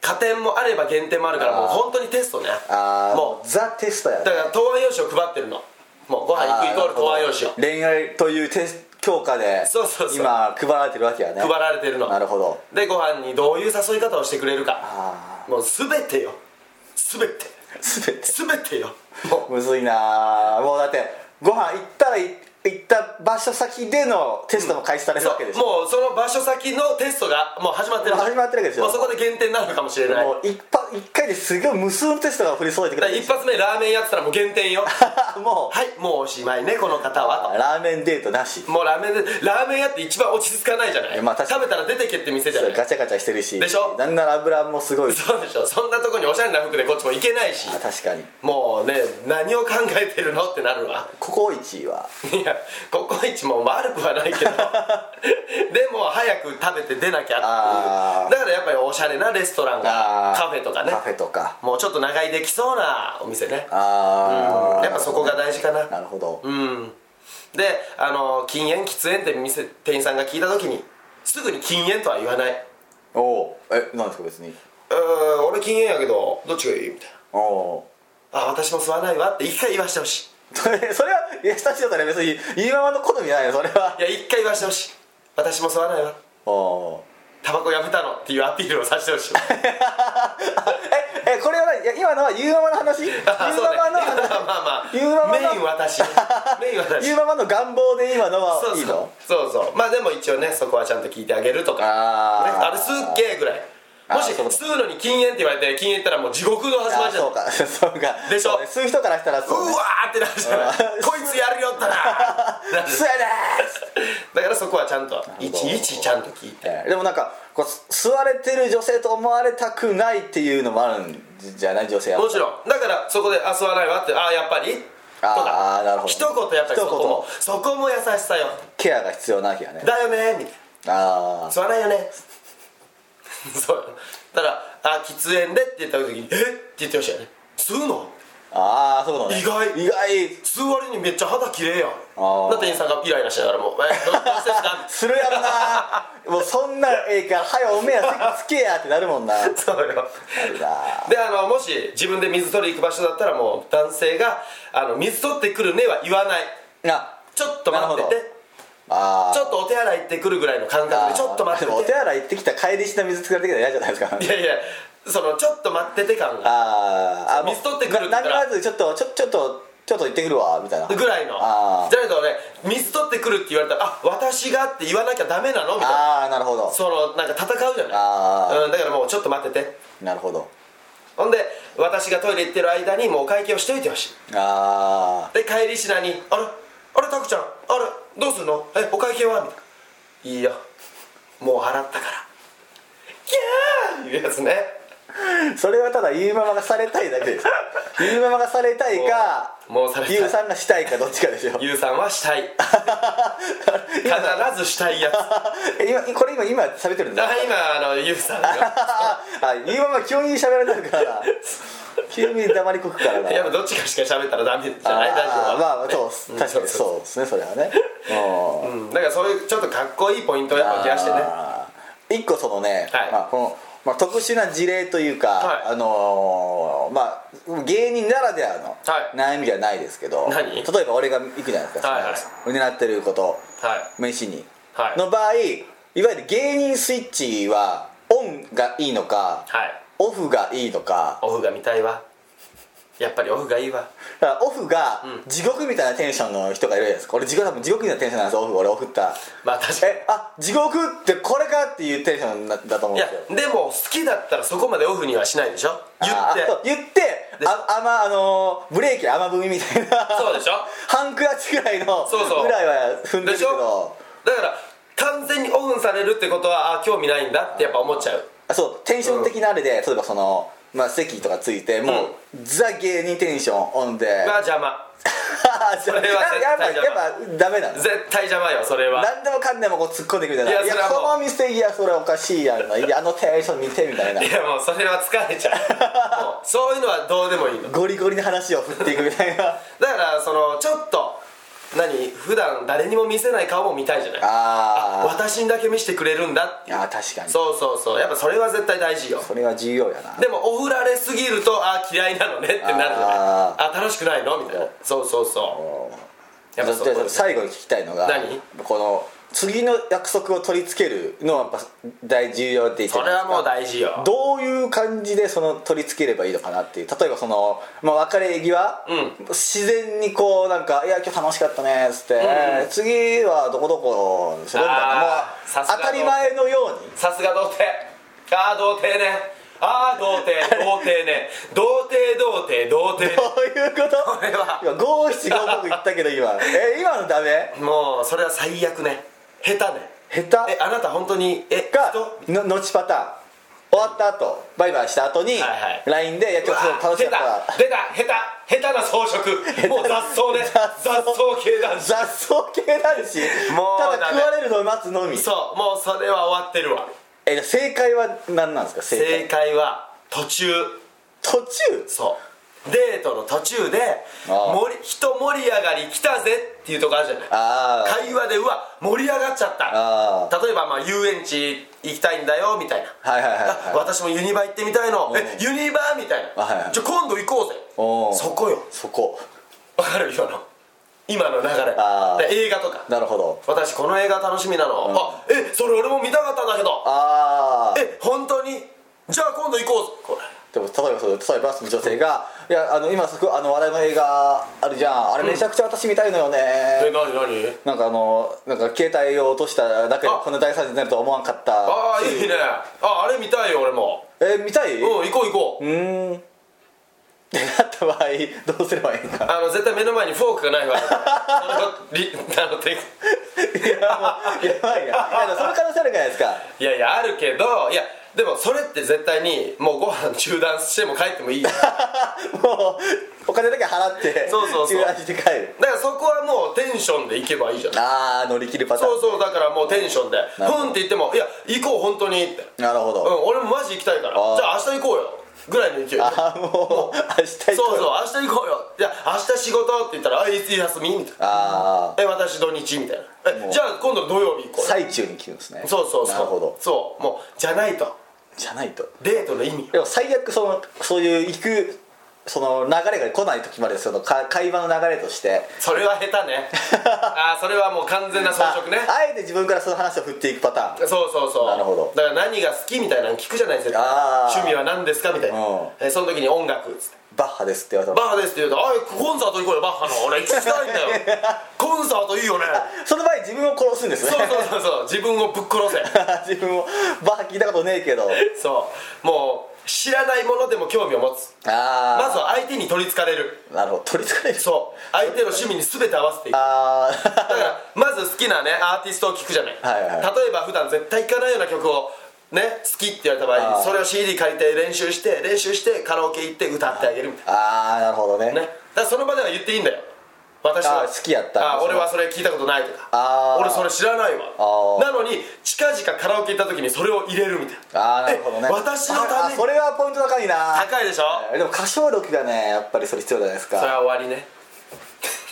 Speaker 2: 加点もあれば減点もあるからもう
Speaker 4: あー
Speaker 2: 本当にテストね
Speaker 4: ああ
Speaker 2: も
Speaker 4: もうザ・テストや
Speaker 2: う
Speaker 4: ね
Speaker 2: だから答案用紙を配ってるのもうご飯行くイコール答案用紙を
Speaker 4: 恋愛というテス強化で
Speaker 2: そうそうそう
Speaker 4: 今配られてるわけやね
Speaker 2: 配られてるの
Speaker 4: なるほど
Speaker 2: でご飯にどういう誘い方をしてくれるか
Speaker 4: あ
Speaker 2: もう全てよ全て
Speaker 4: 全て
Speaker 2: 全てよもう
Speaker 4: むずいなあもうだってご飯行ったらい行った場所先でのテストも開始される
Speaker 2: そ
Speaker 4: わけで
Speaker 2: う
Speaker 4: しょ、
Speaker 2: もうその場所先のテストがもう始まってる
Speaker 4: もう始まってるわけですよ
Speaker 2: もうそこで減点になるかもしれない
Speaker 4: もう一発一回ですごい無数のテストが振り揃えてく
Speaker 2: だ
Speaker 4: れ
Speaker 2: から一
Speaker 4: る
Speaker 2: 発目ラーメンやってたらもう減 点よは
Speaker 4: もう
Speaker 2: いもうおしまいねこの方は
Speaker 4: ラーメンデートなし
Speaker 2: ともうラーメンでラーメン屋って一番落ち着かないじゃない、
Speaker 4: えまあ確か
Speaker 2: 食
Speaker 4: に
Speaker 2: べたら出てけって店じゃない
Speaker 4: ガチャガチャしてるし
Speaker 2: でしょ
Speaker 4: なんなら油もすごいし
Speaker 2: そうでしょそんなとこにおしゃれな服でこっちも行けないし
Speaker 4: あ確かに
Speaker 2: もうね何を考えてるのってなるわ
Speaker 4: ココイチはい
Speaker 2: やココイチも悪くはないけど でも早く食べて出なきゃっていう
Speaker 4: あー
Speaker 2: だからやっぱりおしゃれなレストランが
Speaker 4: あー
Speaker 2: カフェとかね
Speaker 4: カフェとか
Speaker 2: もうちょっと長居できそうなお店ね
Speaker 4: ああ、
Speaker 2: やっぱそこが大事かな
Speaker 4: なるほど、
Speaker 2: うんであの禁煙喫煙って店店員さんが聞いた時にすぐに禁煙とは言わない
Speaker 4: おおえなんですか別に
Speaker 2: 「うーん俺禁煙やけどどっちがいい?」みたい
Speaker 4: おお
Speaker 2: な「あ私も吸わないわ」って一回言わしてほしい
Speaker 4: それはいやスタジオだね別に言いままの好みじゃないよそれはい
Speaker 2: や一回言わしてほしい私も吸わないわ
Speaker 4: おお
Speaker 2: タバコやめたのっていうアピールをさせてほしい
Speaker 4: ええこれは何いや今のは言うままの話言うま
Speaker 2: あそうね
Speaker 4: まの
Speaker 2: 言うまままあまあ
Speaker 4: 話言うまま
Speaker 2: メイン
Speaker 4: の
Speaker 2: 私メイン私
Speaker 4: 言うままの願望で今の
Speaker 2: そ
Speaker 4: は
Speaker 2: う
Speaker 4: いい
Speaker 2: そう
Speaker 4: の
Speaker 2: そうそうまあでも一応ねそこはちゃんと聞いてあげるとかね
Speaker 4: あー
Speaker 2: あれすっげえぐらい
Speaker 4: あー
Speaker 2: もし
Speaker 4: そう
Speaker 2: 吸うのに禁煙って言われて禁煙ったらもう地獄の始ま
Speaker 4: あ
Speaker 2: りじゃん
Speaker 4: そうか そうか
Speaker 2: でしょ
Speaker 4: そうね吸う人からしたら
Speaker 2: う
Speaker 4: そうね
Speaker 2: わーってなるじゃない
Speaker 4: あー
Speaker 2: こいつやるよったな なる
Speaker 4: 吸えね
Speaker 2: だからそこはちゃんとい
Speaker 4: ほど
Speaker 2: ちいちちゃんと聞いて
Speaker 4: えーでもなんかこう吸われてる女性と思われたくないっていうのもあるんじゃない女性は
Speaker 2: もちろんだからそこで「あ吸わないわ」って「あーやっぱり?」と
Speaker 4: あーなる
Speaker 2: か
Speaker 4: ほど
Speaker 2: 一言やっぱりそこもそこも優しさよ
Speaker 4: ケアが必要な日はね
Speaker 2: だよねみたい
Speaker 4: あ
Speaker 2: な吸わないよね そうだから「あ喫煙で」って言った時に「えっ?」って言ってほしいよね吸うの
Speaker 4: あああそういうことね
Speaker 2: 意外
Speaker 4: 意外
Speaker 2: 吸う割にめっちゃ肌綺麗やん
Speaker 4: あー」
Speaker 2: だって店員さんがイライラしながらもう「えどどうしてですか?
Speaker 4: するやろなもうそんなんええから早うおめえやつけやってなるもんなあ
Speaker 2: そうよ
Speaker 4: るな
Speaker 2: であのもし自分で水取り行く場所だったらもう男性があの「水取ってくるね」は言わない
Speaker 4: あ
Speaker 2: ちょっと待って
Speaker 4: なる
Speaker 2: て
Speaker 4: あー
Speaker 2: ちょっとお手洗い行ってくるぐらいの感覚
Speaker 4: あ
Speaker 2: でちょっと待っ
Speaker 4: でもお
Speaker 2: て
Speaker 4: 手洗い行ってきた帰り下水作られてきたら嫌じゃないですか
Speaker 2: ていやいやそのちょっと待ってて感が
Speaker 4: あーあ
Speaker 2: 水取ってくるって言
Speaker 4: な
Speaker 2: っ
Speaker 4: 何
Speaker 2: た
Speaker 4: も
Speaker 2: ら
Speaker 4: わずちょっとちょちょっとちょっと行ってくるわみたいな
Speaker 2: ぐらいのじ
Speaker 4: あー
Speaker 2: ゃないと俺水取ってくるって言われたら「あ私が」って言わなきゃダメなのみたいな
Speaker 4: ああなるほど
Speaker 2: そのなんか戦うじゃ
Speaker 4: あ
Speaker 2: ない、うん、だからもうちょっと待ってて
Speaker 4: なるほど
Speaker 2: ほんで私がトイレ行ってる間にもうお会計をしといてほしい
Speaker 4: あ
Speaker 2: で帰りしなに「あれあれタクちゃんあれどうすんのえお会計は?」みたいな「いいよもう払ったから」キャーいうやつね
Speaker 4: あそれはただ言うままがされたいだけ です言うままがされたいか
Speaker 2: もうもうされたい
Speaker 4: ゆうさんがしたいかどっちかで しょ
Speaker 2: ゆうさんはしたい必ずしたいやつ
Speaker 4: え今これ今今喋ってるんだ
Speaker 2: あ今あのゆうさんよ
Speaker 4: ああ言うまま急に喋られる から急に黙りこくからな
Speaker 2: やっぱどっちかしか喋ったらダメじゃない大丈
Speaker 4: あ
Speaker 2: 夫
Speaker 4: ーまあそうっす確かに
Speaker 2: う
Speaker 4: そうですね それはね
Speaker 2: んうんだからそういうちょっとかっこいいポイントをやっぱ増やしてね
Speaker 4: あー一個そのね、
Speaker 2: はい
Speaker 4: まあ、この、まあ、特殊な事例というか、
Speaker 2: はい
Speaker 4: あのーまあ芸人ならではの
Speaker 2: はい
Speaker 4: 悩みじゃないですけど、
Speaker 2: 何
Speaker 4: 例えば俺が行くじゃないですか、
Speaker 2: はいはい
Speaker 4: その狙ってること
Speaker 2: は
Speaker 4: 飯に、
Speaker 2: はい
Speaker 4: の場合いわゆる芸人スイッチはオンがいいのか
Speaker 2: いはい
Speaker 4: オフがいいのか
Speaker 2: オフが見たいわやっぱりオフがいいわ
Speaker 4: だからオフが地獄みたいなテンションの人がいるじゃないですか俺地獄多分地獄みたいなテンションなんですよオフ俺送った
Speaker 2: まあ確かに
Speaker 4: えあ地獄ってこれかっていうテンションなだと思うん
Speaker 2: いや
Speaker 4: ですよ
Speaker 2: でも好きだったらそこまでオフにはしないでしょ言
Speaker 4: あ
Speaker 2: っ て
Speaker 4: そう言って
Speaker 2: で
Speaker 4: ああまあのーブレーキ雨踏みみたいな
Speaker 2: そうでしょ
Speaker 4: 半クラッチぐらいの
Speaker 2: そうそう
Speaker 4: ぐらいは踏んで
Speaker 2: で
Speaker 4: るけ
Speaker 2: しょ
Speaker 4: ど
Speaker 2: だから完全にオフにされるってことはあ興味ないんだってやっぱ思っちゃう
Speaker 4: あそうテンション的なあれで、例えばその、まあ、席とかついてもう、ザ芸人テンションオンで
Speaker 2: が 邪魔
Speaker 4: そ
Speaker 2: れは絶対
Speaker 4: やっぱ
Speaker 2: 邪魔
Speaker 4: やっぱダメなの
Speaker 2: 絶対邪魔よそれは
Speaker 4: 何でもかんでもこう突っ込んでいくみたいないい
Speaker 2: やそれ
Speaker 4: や
Speaker 2: はもう
Speaker 4: この店いやそれおかしいやんないやあのテンション見てみたいない
Speaker 2: やもうそれは疲れちゃ うもうそういうのはどうでもいいのだ
Speaker 4: ゴリゴリに話を振っていくみたい な
Speaker 2: からそのちょっと何普段誰にも見せない顔も見たいじゃない
Speaker 4: あー
Speaker 2: 私にだけ見せてくれるんだってい
Speaker 4: あ
Speaker 2: う
Speaker 4: ー確かにそ
Speaker 2: そうそうそうやっぱそれは絶対大事よ
Speaker 4: れは重要やな
Speaker 2: でもおふられすぎるとあ嫌いなのねってなるじゃないあ
Speaker 4: あ
Speaker 2: 楽しくないのみたいなそうそうそうやっぱそ
Speaker 4: じゃあ
Speaker 2: こです
Speaker 4: 最後に聞きたいのが
Speaker 2: 何
Speaker 4: この次の約束を取り付けるのはやっぱ大重要って言って
Speaker 2: そ
Speaker 4: たじ
Speaker 2: れ
Speaker 4: ゃ
Speaker 2: は
Speaker 4: ないですか
Speaker 2: もう大事よ
Speaker 4: どういう感じでその取り付ければいいのかなっていう例えばその、まあ、別れ際、自然にこうなんか「いや今日楽しかったね」っつって、次はどこどこする?」みたいなも
Speaker 2: あーさ
Speaker 4: う
Speaker 2: すが
Speaker 4: 当たり前のように
Speaker 2: さすが童貞ああ童貞ねああ童貞童貞ね童貞童貞童貞
Speaker 4: どういうこと
Speaker 2: これは
Speaker 4: 今五七五僕言ったけど今え今のダメ
Speaker 2: もうそれは最悪ね下手ね
Speaker 4: 下手
Speaker 2: えあなた本当にえ
Speaker 4: か
Speaker 2: 人
Speaker 4: の後パターン終わった後バイバイした後に
Speaker 2: はいはい
Speaker 4: LINE で「いや今日すごい楽しかったわ」
Speaker 2: 出た出た下手下手な装飾もう雑草ね雑草系男子
Speaker 4: 雑草系男子
Speaker 2: もう
Speaker 4: ただ
Speaker 2: ダメ
Speaker 4: 食われるのを待つのみ
Speaker 2: そうもうそれは終わってるわ
Speaker 4: え正解は何なんですか正解
Speaker 2: 正解は途中
Speaker 4: 途中
Speaker 2: そうデートの途中で
Speaker 4: ああ
Speaker 2: 盛り人盛り上がり来たぜっていうとこあるじゃない
Speaker 4: ああ
Speaker 2: 会話でうわ盛り上がっちゃっ
Speaker 4: あ
Speaker 2: た例えばまあ遊園地行きたいんだよみたいな
Speaker 4: はいはいはいはい
Speaker 2: あ私もユニバ行ってみたいの
Speaker 4: うん
Speaker 2: えユニバみたいな、
Speaker 4: あはいはい
Speaker 2: じゃあ今度行こうぜ
Speaker 4: おー
Speaker 2: そこよ
Speaker 4: そこ
Speaker 2: わかるよの今の流れ
Speaker 4: あー
Speaker 2: で映画とか
Speaker 4: なるほど
Speaker 2: 私この映画楽しみなの、
Speaker 4: うん
Speaker 2: あえそれ俺も見たかったんだけど
Speaker 4: ああ
Speaker 2: え本当にじゃあ今度行こうぜこれ
Speaker 4: でも例えばそう例えばその女性が「いやあの今すごいあの話題の映画あるじゃんあれめちゃくちゃ私見たいのよね」
Speaker 2: 何何
Speaker 4: なんかあのなんか携帯を落としただけで
Speaker 2: あ
Speaker 4: こんな大惨事になるとは思わんかった
Speaker 2: ああいいねああれ見たいよ俺も
Speaker 4: え見たい
Speaker 2: うん行こう行こう、
Speaker 4: うーんってなった場合どうすればいいんか
Speaker 2: あの絶対目の前にフォークが ないわけそのりあのて
Speaker 4: いやもうやばいやいやでもその可能性あるじゃないですか
Speaker 2: いやいやあるけどいやでもそれって絶対にもうご飯中断しても帰ってもいいだか
Speaker 4: もうお金だけ払って
Speaker 2: そうそうそう
Speaker 4: 中断して帰る
Speaker 2: らそこはもうテンションで行けばいいじゃない
Speaker 4: ああ乗り切るパターン
Speaker 2: そうそうだからもうテンションで「ふ
Speaker 4: なるほど
Speaker 2: ん」って言っても「いや行こう本当に」って「
Speaker 4: なるほ
Speaker 2: うん
Speaker 4: ど、
Speaker 2: 俺もマジ行きたいから
Speaker 4: あー
Speaker 2: じゃあ明日行こうよ」ぐらいの勢いで
Speaker 4: ああもう明日行こ
Speaker 2: そうそう明日行こうよいや明日仕事って言ったら「あいつ休み?」みたいな
Speaker 4: あ
Speaker 2: 「え私土日」みたいな「
Speaker 4: も
Speaker 2: え
Speaker 4: う
Speaker 2: じゃあ今度土曜日行こ
Speaker 4: あ
Speaker 2: うよ
Speaker 4: 最中に切るんですね」
Speaker 2: そうそうそう
Speaker 4: なるほど
Speaker 2: そうもうじゃないと
Speaker 4: じゃないと
Speaker 2: デートの意味よ
Speaker 4: でも最悪そのそういう行くその流れが来ない時までそのか会話の流れとして
Speaker 2: それは下手 ねああそれはもう完全な装飾ね
Speaker 4: ああえて自分からその話を振っていくパターン
Speaker 2: そうそうそう
Speaker 4: なるほど
Speaker 2: だから何が好きみたいなの聞くじゃないですか
Speaker 4: あー
Speaker 2: 趣味は何ですかみたいな
Speaker 4: うん
Speaker 2: えその時に音楽っつって
Speaker 4: バッハですって言われた
Speaker 2: バ
Speaker 4: ら
Speaker 2: ッハですって言うと「あいコンサート行こうよバッハの俺行きたいんだよ コンサートいいよね
Speaker 4: その場合自分を殺すん です
Speaker 2: そ
Speaker 4: ね
Speaker 2: うそうそうそう自分をぶっ殺せ
Speaker 4: 自分をバッハ聞いたことねえけど
Speaker 2: そうもう知らないものでも興味を持つ
Speaker 4: ああ
Speaker 2: まずは相手に取りつかれる
Speaker 4: なるほど取りつかれる
Speaker 2: そう相手の趣味に全て合わせていく
Speaker 4: あ
Speaker 2: だか
Speaker 4: あ
Speaker 2: らまず好きなねアーティストを聴くじゃない,、
Speaker 4: はいはい
Speaker 2: 例えば普段絶対聴かないような曲をね好きって言われた場合
Speaker 4: あー
Speaker 2: それを CD 借りて練習して練習してカラオケ行って歌ってあげるみたい
Speaker 4: ああなるほどね
Speaker 2: なねだからその場では言っていいんだよ私は
Speaker 4: あー好きやった
Speaker 2: あー俺はそれ聞いたことないとか
Speaker 4: あー
Speaker 2: 俺それ知らないわ
Speaker 4: あー
Speaker 2: なのに近々カラオケ行った時にそれを入れるみたいな
Speaker 4: ああなるほどね
Speaker 2: え私のため
Speaker 4: あ
Speaker 2: に
Speaker 4: それはポイント高いな
Speaker 2: 高いでしょ
Speaker 4: でも歌唱力がねやっぱりそれ必要じゃないです
Speaker 2: それ
Speaker 4: か
Speaker 2: は終わりね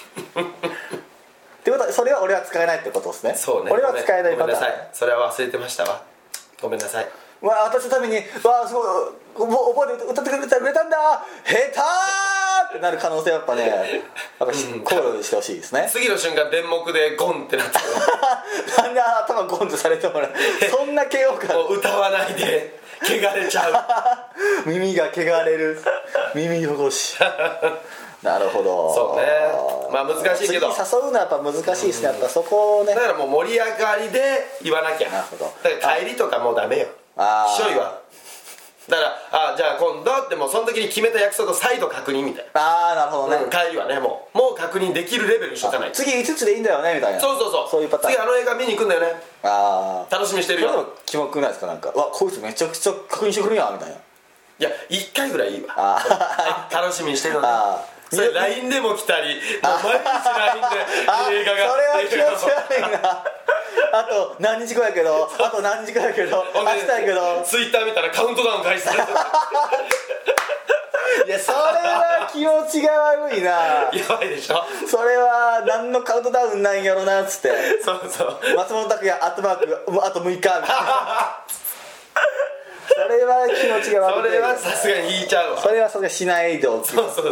Speaker 4: ってことはそれは俺は使えないってことですね
Speaker 2: そうね
Speaker 4: 俺は使えない
Speaker 2: ご
Speaker 4: パ
Speaker 2: めん
Speaker 4: タ
Speaker 2: なさい
Speaker 4: ーン
Speaker 2: それは忘れてましたわごめんなさい
Speaker 4: わあ私のためにわあすごいお覚えて歌ってくれたくれたんだ下手ってなる可能性はやっぱねやっぱし考慮してほしいですね
Speaker 2: 次の瞬間電目でゴンってなってる
Speaker 4: なんで頭ゴンズされても らうそんな嫌悪感
Speaker 2: もう歌わないで汚れちゃう
Speaker 4: 耳が汚れる耳 汚しなるほど
Speaker 2: そうねまあ難しいけど
Speaker 4: 次誘うのはやっぱ難しいですねやっぱそこをね
Speaker 2: だからもう盛り上がりで言わなきゃ
Speaker 4: なるほど
Speaker 2: だから帰りとかもうダメよ
Speaker 4: あー
Speaker 2: しょいはだからあじゃあ今度ってもうその時に決めた約束を再度確認みたい
Speaker 4: ああなるほど
Speaker 2: な、
Speaker 4: ね、
Speaker 2: 帰りはねもうもう確認できるレベルにしとかないと
Speaker 4: 次5つでいいんだよねみたいな
Speaker 2: そうそうそう
Speaker 4: そういうパターン
Speaker 2: 次あの映画見に行くんだよね
Speaker 4: ああ
Speaker 2: 楽しみにして
Speaker 4: そ
Speaker 2: る
Speaker 4: れで
Speaker 2: よ
Speaker 4: もキモくないですかなんかうわこいつめちゃくちゃ確認してくるやんみたいない
Speaker 2: や1回ぐらいいいわ
Speaker 4: あー
Speaker 2: あ楽しみにしてるのね
Speaker 4: あー
Speaker 2: それ LINE でも来たりもう毎
Speaker 4: あ
Speaker 2: 日 LINE で映画が
Speaker 4: それは気持ち悪いなあと何日後やけどあと何日後やけど明日やけど
Speaker 2: ツイッター見たらカウントダウン開始する
Speaker 4: いやそれは気持ちが悪いな
Speaker 2: やばいでしょ
Speaker 4: それは何のカウントダウンなんやろなっつって
Speaker 2: そうそう
Speaker 4: 松本拓也アットマークもうあと6日みたいなそれは気持ちが
Speaker 2: そ
Speaker 4: 悪い
Speaker 2: れはさすがに引いちゃうわ
Speaker 4: そ
Speaker 2: そう
Speaker 4: れはそれがしないでおき
Speaker 2: そうそう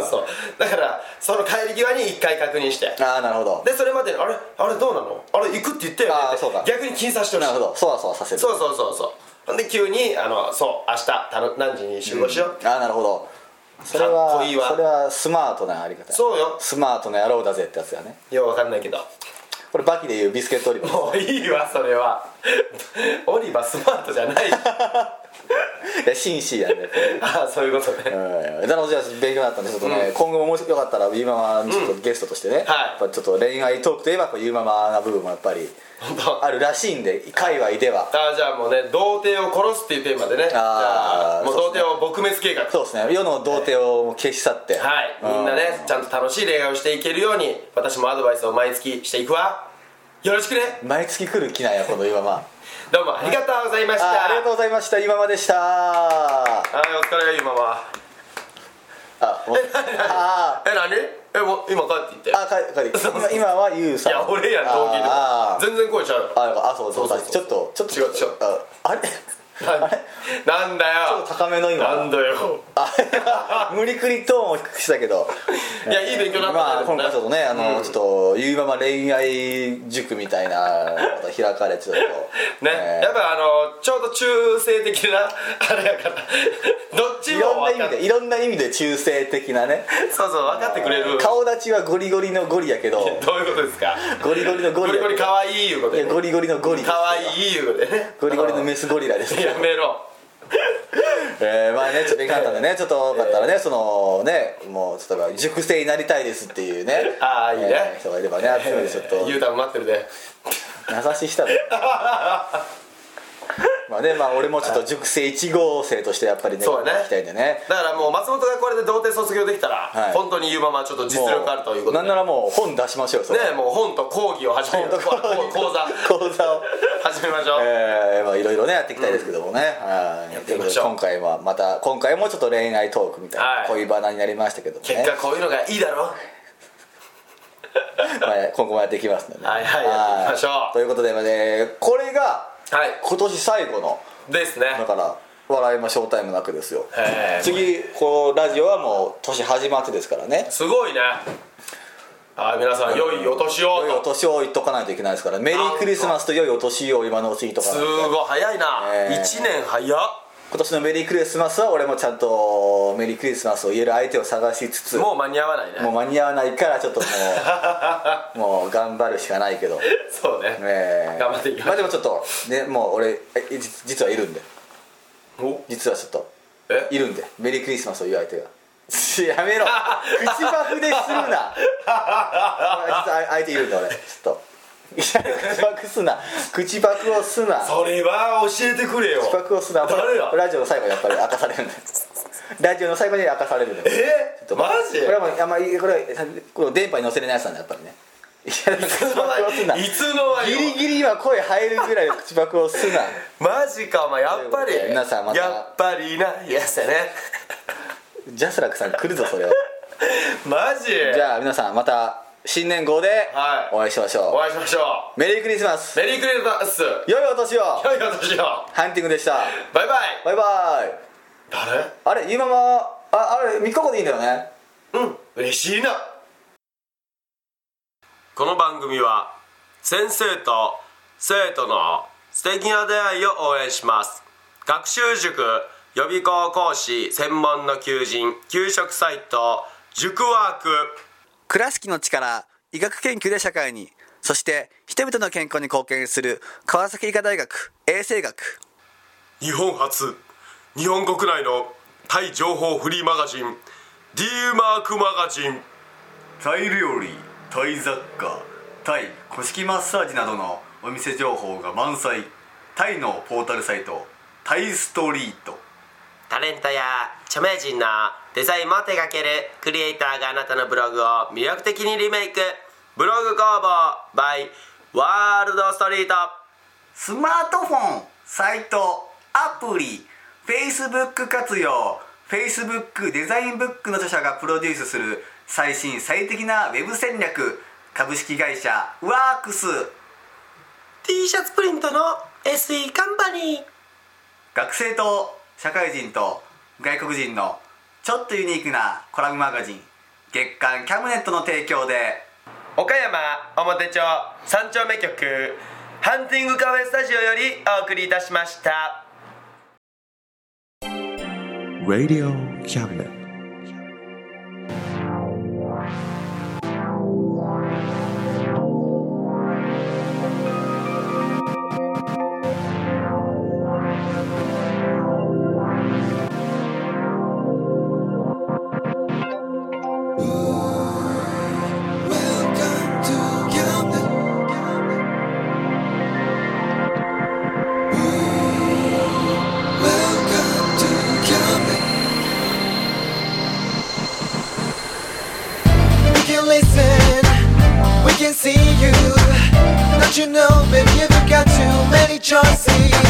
Speaker 2: だからその帰り際に一回確認して
Speaker 4: ああなるほど
Speaker 2: でそれまでにあれあれどうなのあれ行くって言ったよね
Speaker 4: あーそうか
Speaker 2: 逆に気にさせてほし
Speaker 4: ないるほどそわそわさせる
Speaker 2: そうそうそうそうほんで急にあのそう明日たの何時に集合しよう、
Speaker 4: ああなるほどそれ
Speaker 2: かっ
Speaker 4: は
Speaker 2: こいいわ
Speaker 4: それはスマートなあり方
Speaker 2: そうよ
Speaker 4: スマートな野郎だぜってやつがね
Speaker 2: ようわかんないけど
Speaker 4: これバキで言うビスケットオリバー
Speaker 2: もういいわそれはオリバースマートじ ゃない
Speaker 4: いや紳士やね
Speaker 2: ああそういうことね
Speaker 4: うん、だからじゃあ勉強になったんでちょっとね、今後ももしよかったらゆうままちょっとゲストとしてね、
Speaker 2: はい
Speaker 4: やっぱちょっと恋愛トークといえばやっぱゆうままな部分もやっぱり
Speaker 2: 本当
Speaker 4: あるらしいんで界隈では
Speaker 2: あーじゃあもうね童貞を殺すっていうテーマでねじゃあもう童貞を撲滅計画、
Speaker 4: そうですね世の童貞を消し去って
Speaker 2: はい
Speaker 4: うん
Speaker 2: みんなねちゃんと楽しい恋愛をしていけるように私もアドバイスを毎月していくわよろしくね
Speaker 4: 毎月来る気なんやこのゆうまま
Speaker 2: どうもありがとうございました
Speaker 4: あありがとうございました今までしたあ
Speaker 2: はいお疲れ今は
Speaker 4: おあ
Speaker 2: え何えもう今帰って言って
Speaker 4: あかか今今はゆうさ
Speaker 2: い
Speaker 4: ん
Speaker 2: や俺やん同期
Speaker 4: あ
Speaker 2: で全然声ちゃうよ
Speaker 4: あああそうそう
Speaker 2: そう
Speaker 4: そ
Speaker 2: そう
Speaker 4: う
Speaker 2: そう
Speaker 4: ちょっとちょっと
Speaker 2: 違う違う
Speaker 4: ああれ
Speaker 2: な
Speaker 4: あれ
Speaker 2: なんだ
Speaker 4: ちょっ
Speaker 2: よ
Speaker 4: と高めの今
Speaker 2: なんだよ
Speaker 4: あ 無理くりトーンを低くしたけど
Speaker 2: いやいい勉強になったね
Speaker 4: まあ
Speaker 2: でも
Speaker 4: 今
Speaker 2: ね
Speaker 4: 回ちょっとねあの、ちょっとゆうまま恋愛塾みたいなこと開かれてちょっと
Speaker 2: ね、
Speaker 4: えー
Speaker 2: やっぱあのちょうど中性的な あれやからどっち
Speaker 4: いろん
Speaker 2: も
Speaker 4: な意
Speaker 2: 分か
Speaker 4: 味
Speaker 2: って
Speaker 4: でいろんな意味で中性的なね
Speaker 2: そうそう分かってくれる
Speaker 4: 顔立ちはゴリゴリのゴリやけど
Speaker 2: どういうことですか
Speaker 4: ゴリゴリのゴ
Speaker 2: ゴ
Speaker 4: リ
Speaker 2: リゴリ
Speaker 4: や
Speaker 2: 可愛いいうこと
Speaker 4: けどい
Speaker 2: で
Speaker 4: やゴリゴリのゴリ
Speaker 2: 可愛いいうことでね
Speaker 4: ゴリゴリのメスゴリラです
Speaker 2: やめろ
Speaker 4: えー、まあねちょっと勉強だったんでねちょっとよかったらねそのねもうちょっと熟成になりたいですっていうね
Speaker 2: あーいいね
Speaker 4: えー人がいればね集めてちょっと
Speaker 2: ゆうたん待ってるで
Speaker 4: 名指ししたの まあねまあ俺もちょっと熟成1号生としてやっぱりね
Speaker 2: そうだね
Speaker 4: 行きたいんでね
Speaker 2: だからもう松本がこれで童貞卒業できたら、
Speaker 4: はい
Speaker 2: 本当にゆうままちょっと実力あるということ
Speaker 4: な
Speaker 2: で
Speaker 4: んならもう本出しましょうよそれ
Speaker 2: ねもう本と講義を始めよう
Speaker 4: 本と講義
Speaker 2: 講座
Speaker 4: 講座を
Speaker 2: 始めましょう、
Speaker 4: えーまあいろいろねやっていきたいですけどもね、はい
Speaker 2: やっていきましょう
Speaker 4: 今回はまた今回もちょっと恋愛トークみたいな、
Speaker 2: はい
Speaker 4: 恋バナになりましたけどもね
Speaker 2: 結果こういうのがいいだろ
Speaker 4: まあ、今後もやっていきますので、ね、
Speaker 2: はいはいやっていきましょう
Speaker 4: はいということで、まあね、これが
Speaker 2: はい
Speaker 4: 今年最後の
Speaker 2: ですね
Speaker 4: だから「笑いまショータイム」なくですよ
Speaker 2: えー
Speaker 4: 次こうラジオはもう年始まってですからね
Speaker 2: すごいねはい皆さん良いお年を
Speaker 4: 良いお年を言っとかないといけないですからメリークリスマスと良いお年を今のうちに言っとか
Speaker 2: す
Speaker 4: ないと
Speaker 2: ごい早いな、
Speaker 4: えー
Speaker 2: 一1年早っ
Speaker 4: 今年のメリークリスマスは俺もちゃんとメリークリスマスを言える相手を探しつつも
Speaker 2: もう間に合わないね
Speaker 4: う間に合わないからちょっとも うもう頑張るしかないけど
Speaker 2: そうね
Speaker 4: ええ
Speaker 2: 頑張っていきましょう
Speaker 4: まあでもちょっとねもう俺えじ実はいるんで
Speaker 2: お
Speaker 4: 実はちょっと
Speaker 2: え
Speaker 4: いるんでメリークリスマスを言う相手が やめろ口バフでするなあ実は相手いるんだ俺ちょっといや口バフすな口バフをすな
Speaker 2: それは教えてくれよ
Speaker 4: 口バフをすな
Speaker 2: 誰だ
Speaker 4: ラジオの最後にやっぱり明かされるんでラジオの最後に明かされるんで
Speaker 2: えマジ
Speaker 4: これはもうあんまりこれはこの電波に乗せれないやつなんだやっぱりねいや口バフをすない
Speaker 2: つの間に
Speaker 4: ギリギリ今声入るぐらい口バフをすな
Speaker 2: マジかお前やっぱり
Speaker 4: ということで皆さんまた
Speaker 2: やっぱりないやつやね
Speaker 4: ジャスラックさん来るぞそれは
Speaker 2: マジ
Speaker 4: じゃあ皆さんまた新年号で
Speaker 2: はい
Speaker 4: お会いしましょう、
Speaker 2: お会いしましょ
Speaker 4: メリークリスマス
Speaker 2: うメリークリスマス
Speaker 4: 良いお年を
Speaker 2: 良いお年を
Speaker 4: ハンティングでした
Speaker 2: バイバイ
Speaker 4: バイバイ
Speaker 2: 誰
Speaker 4: あれゆうままああれ3日後でいいんだよね
Speaker 2: うん嬉しいなこの番組は先生と生徒の素敵な出会いを応援します学習塾予備校講師専門の求人給食サイト塾ワーク
Speaker 5: 倉敷の力医学研究で社会にそして人々の健康に貢献する川崎医科大学衛生学
Speaker 2: 日本初日本国内のタイ情報フリーマガジン D マークマガジン
Speaker 5: タイ料理タイ雑貨タイ古式マッサージなどのお店情報が満載タイのポータルサイトタイストリート
Speaker 2: タレントや著名人のデザインも手掛けるクリエイターがあなたのブログを魅力的にリメイクブログ工房 by ワールドストリート
Speaker 5: スマートフォンサイトアプリ Facebook 活用 Facebook デザインブックの著者がプロデュースする最新最適なウェブ戦略株式会社ワークス
Speaker 2: T シャツプリントの SE カンパニー
Speaker 5: 学生と社会人と外国人のちょっとユニークなコラムマガジン月刊キャムネットの提供で
Speaker 2: 岡山表町三丁目局ハンティングカフェスタジオよりお送りいたしました
Speaker 1: Radio Cabinet.
Speaker 6: We can listen, we can see you. Don't you know, baby, you've got too many choices.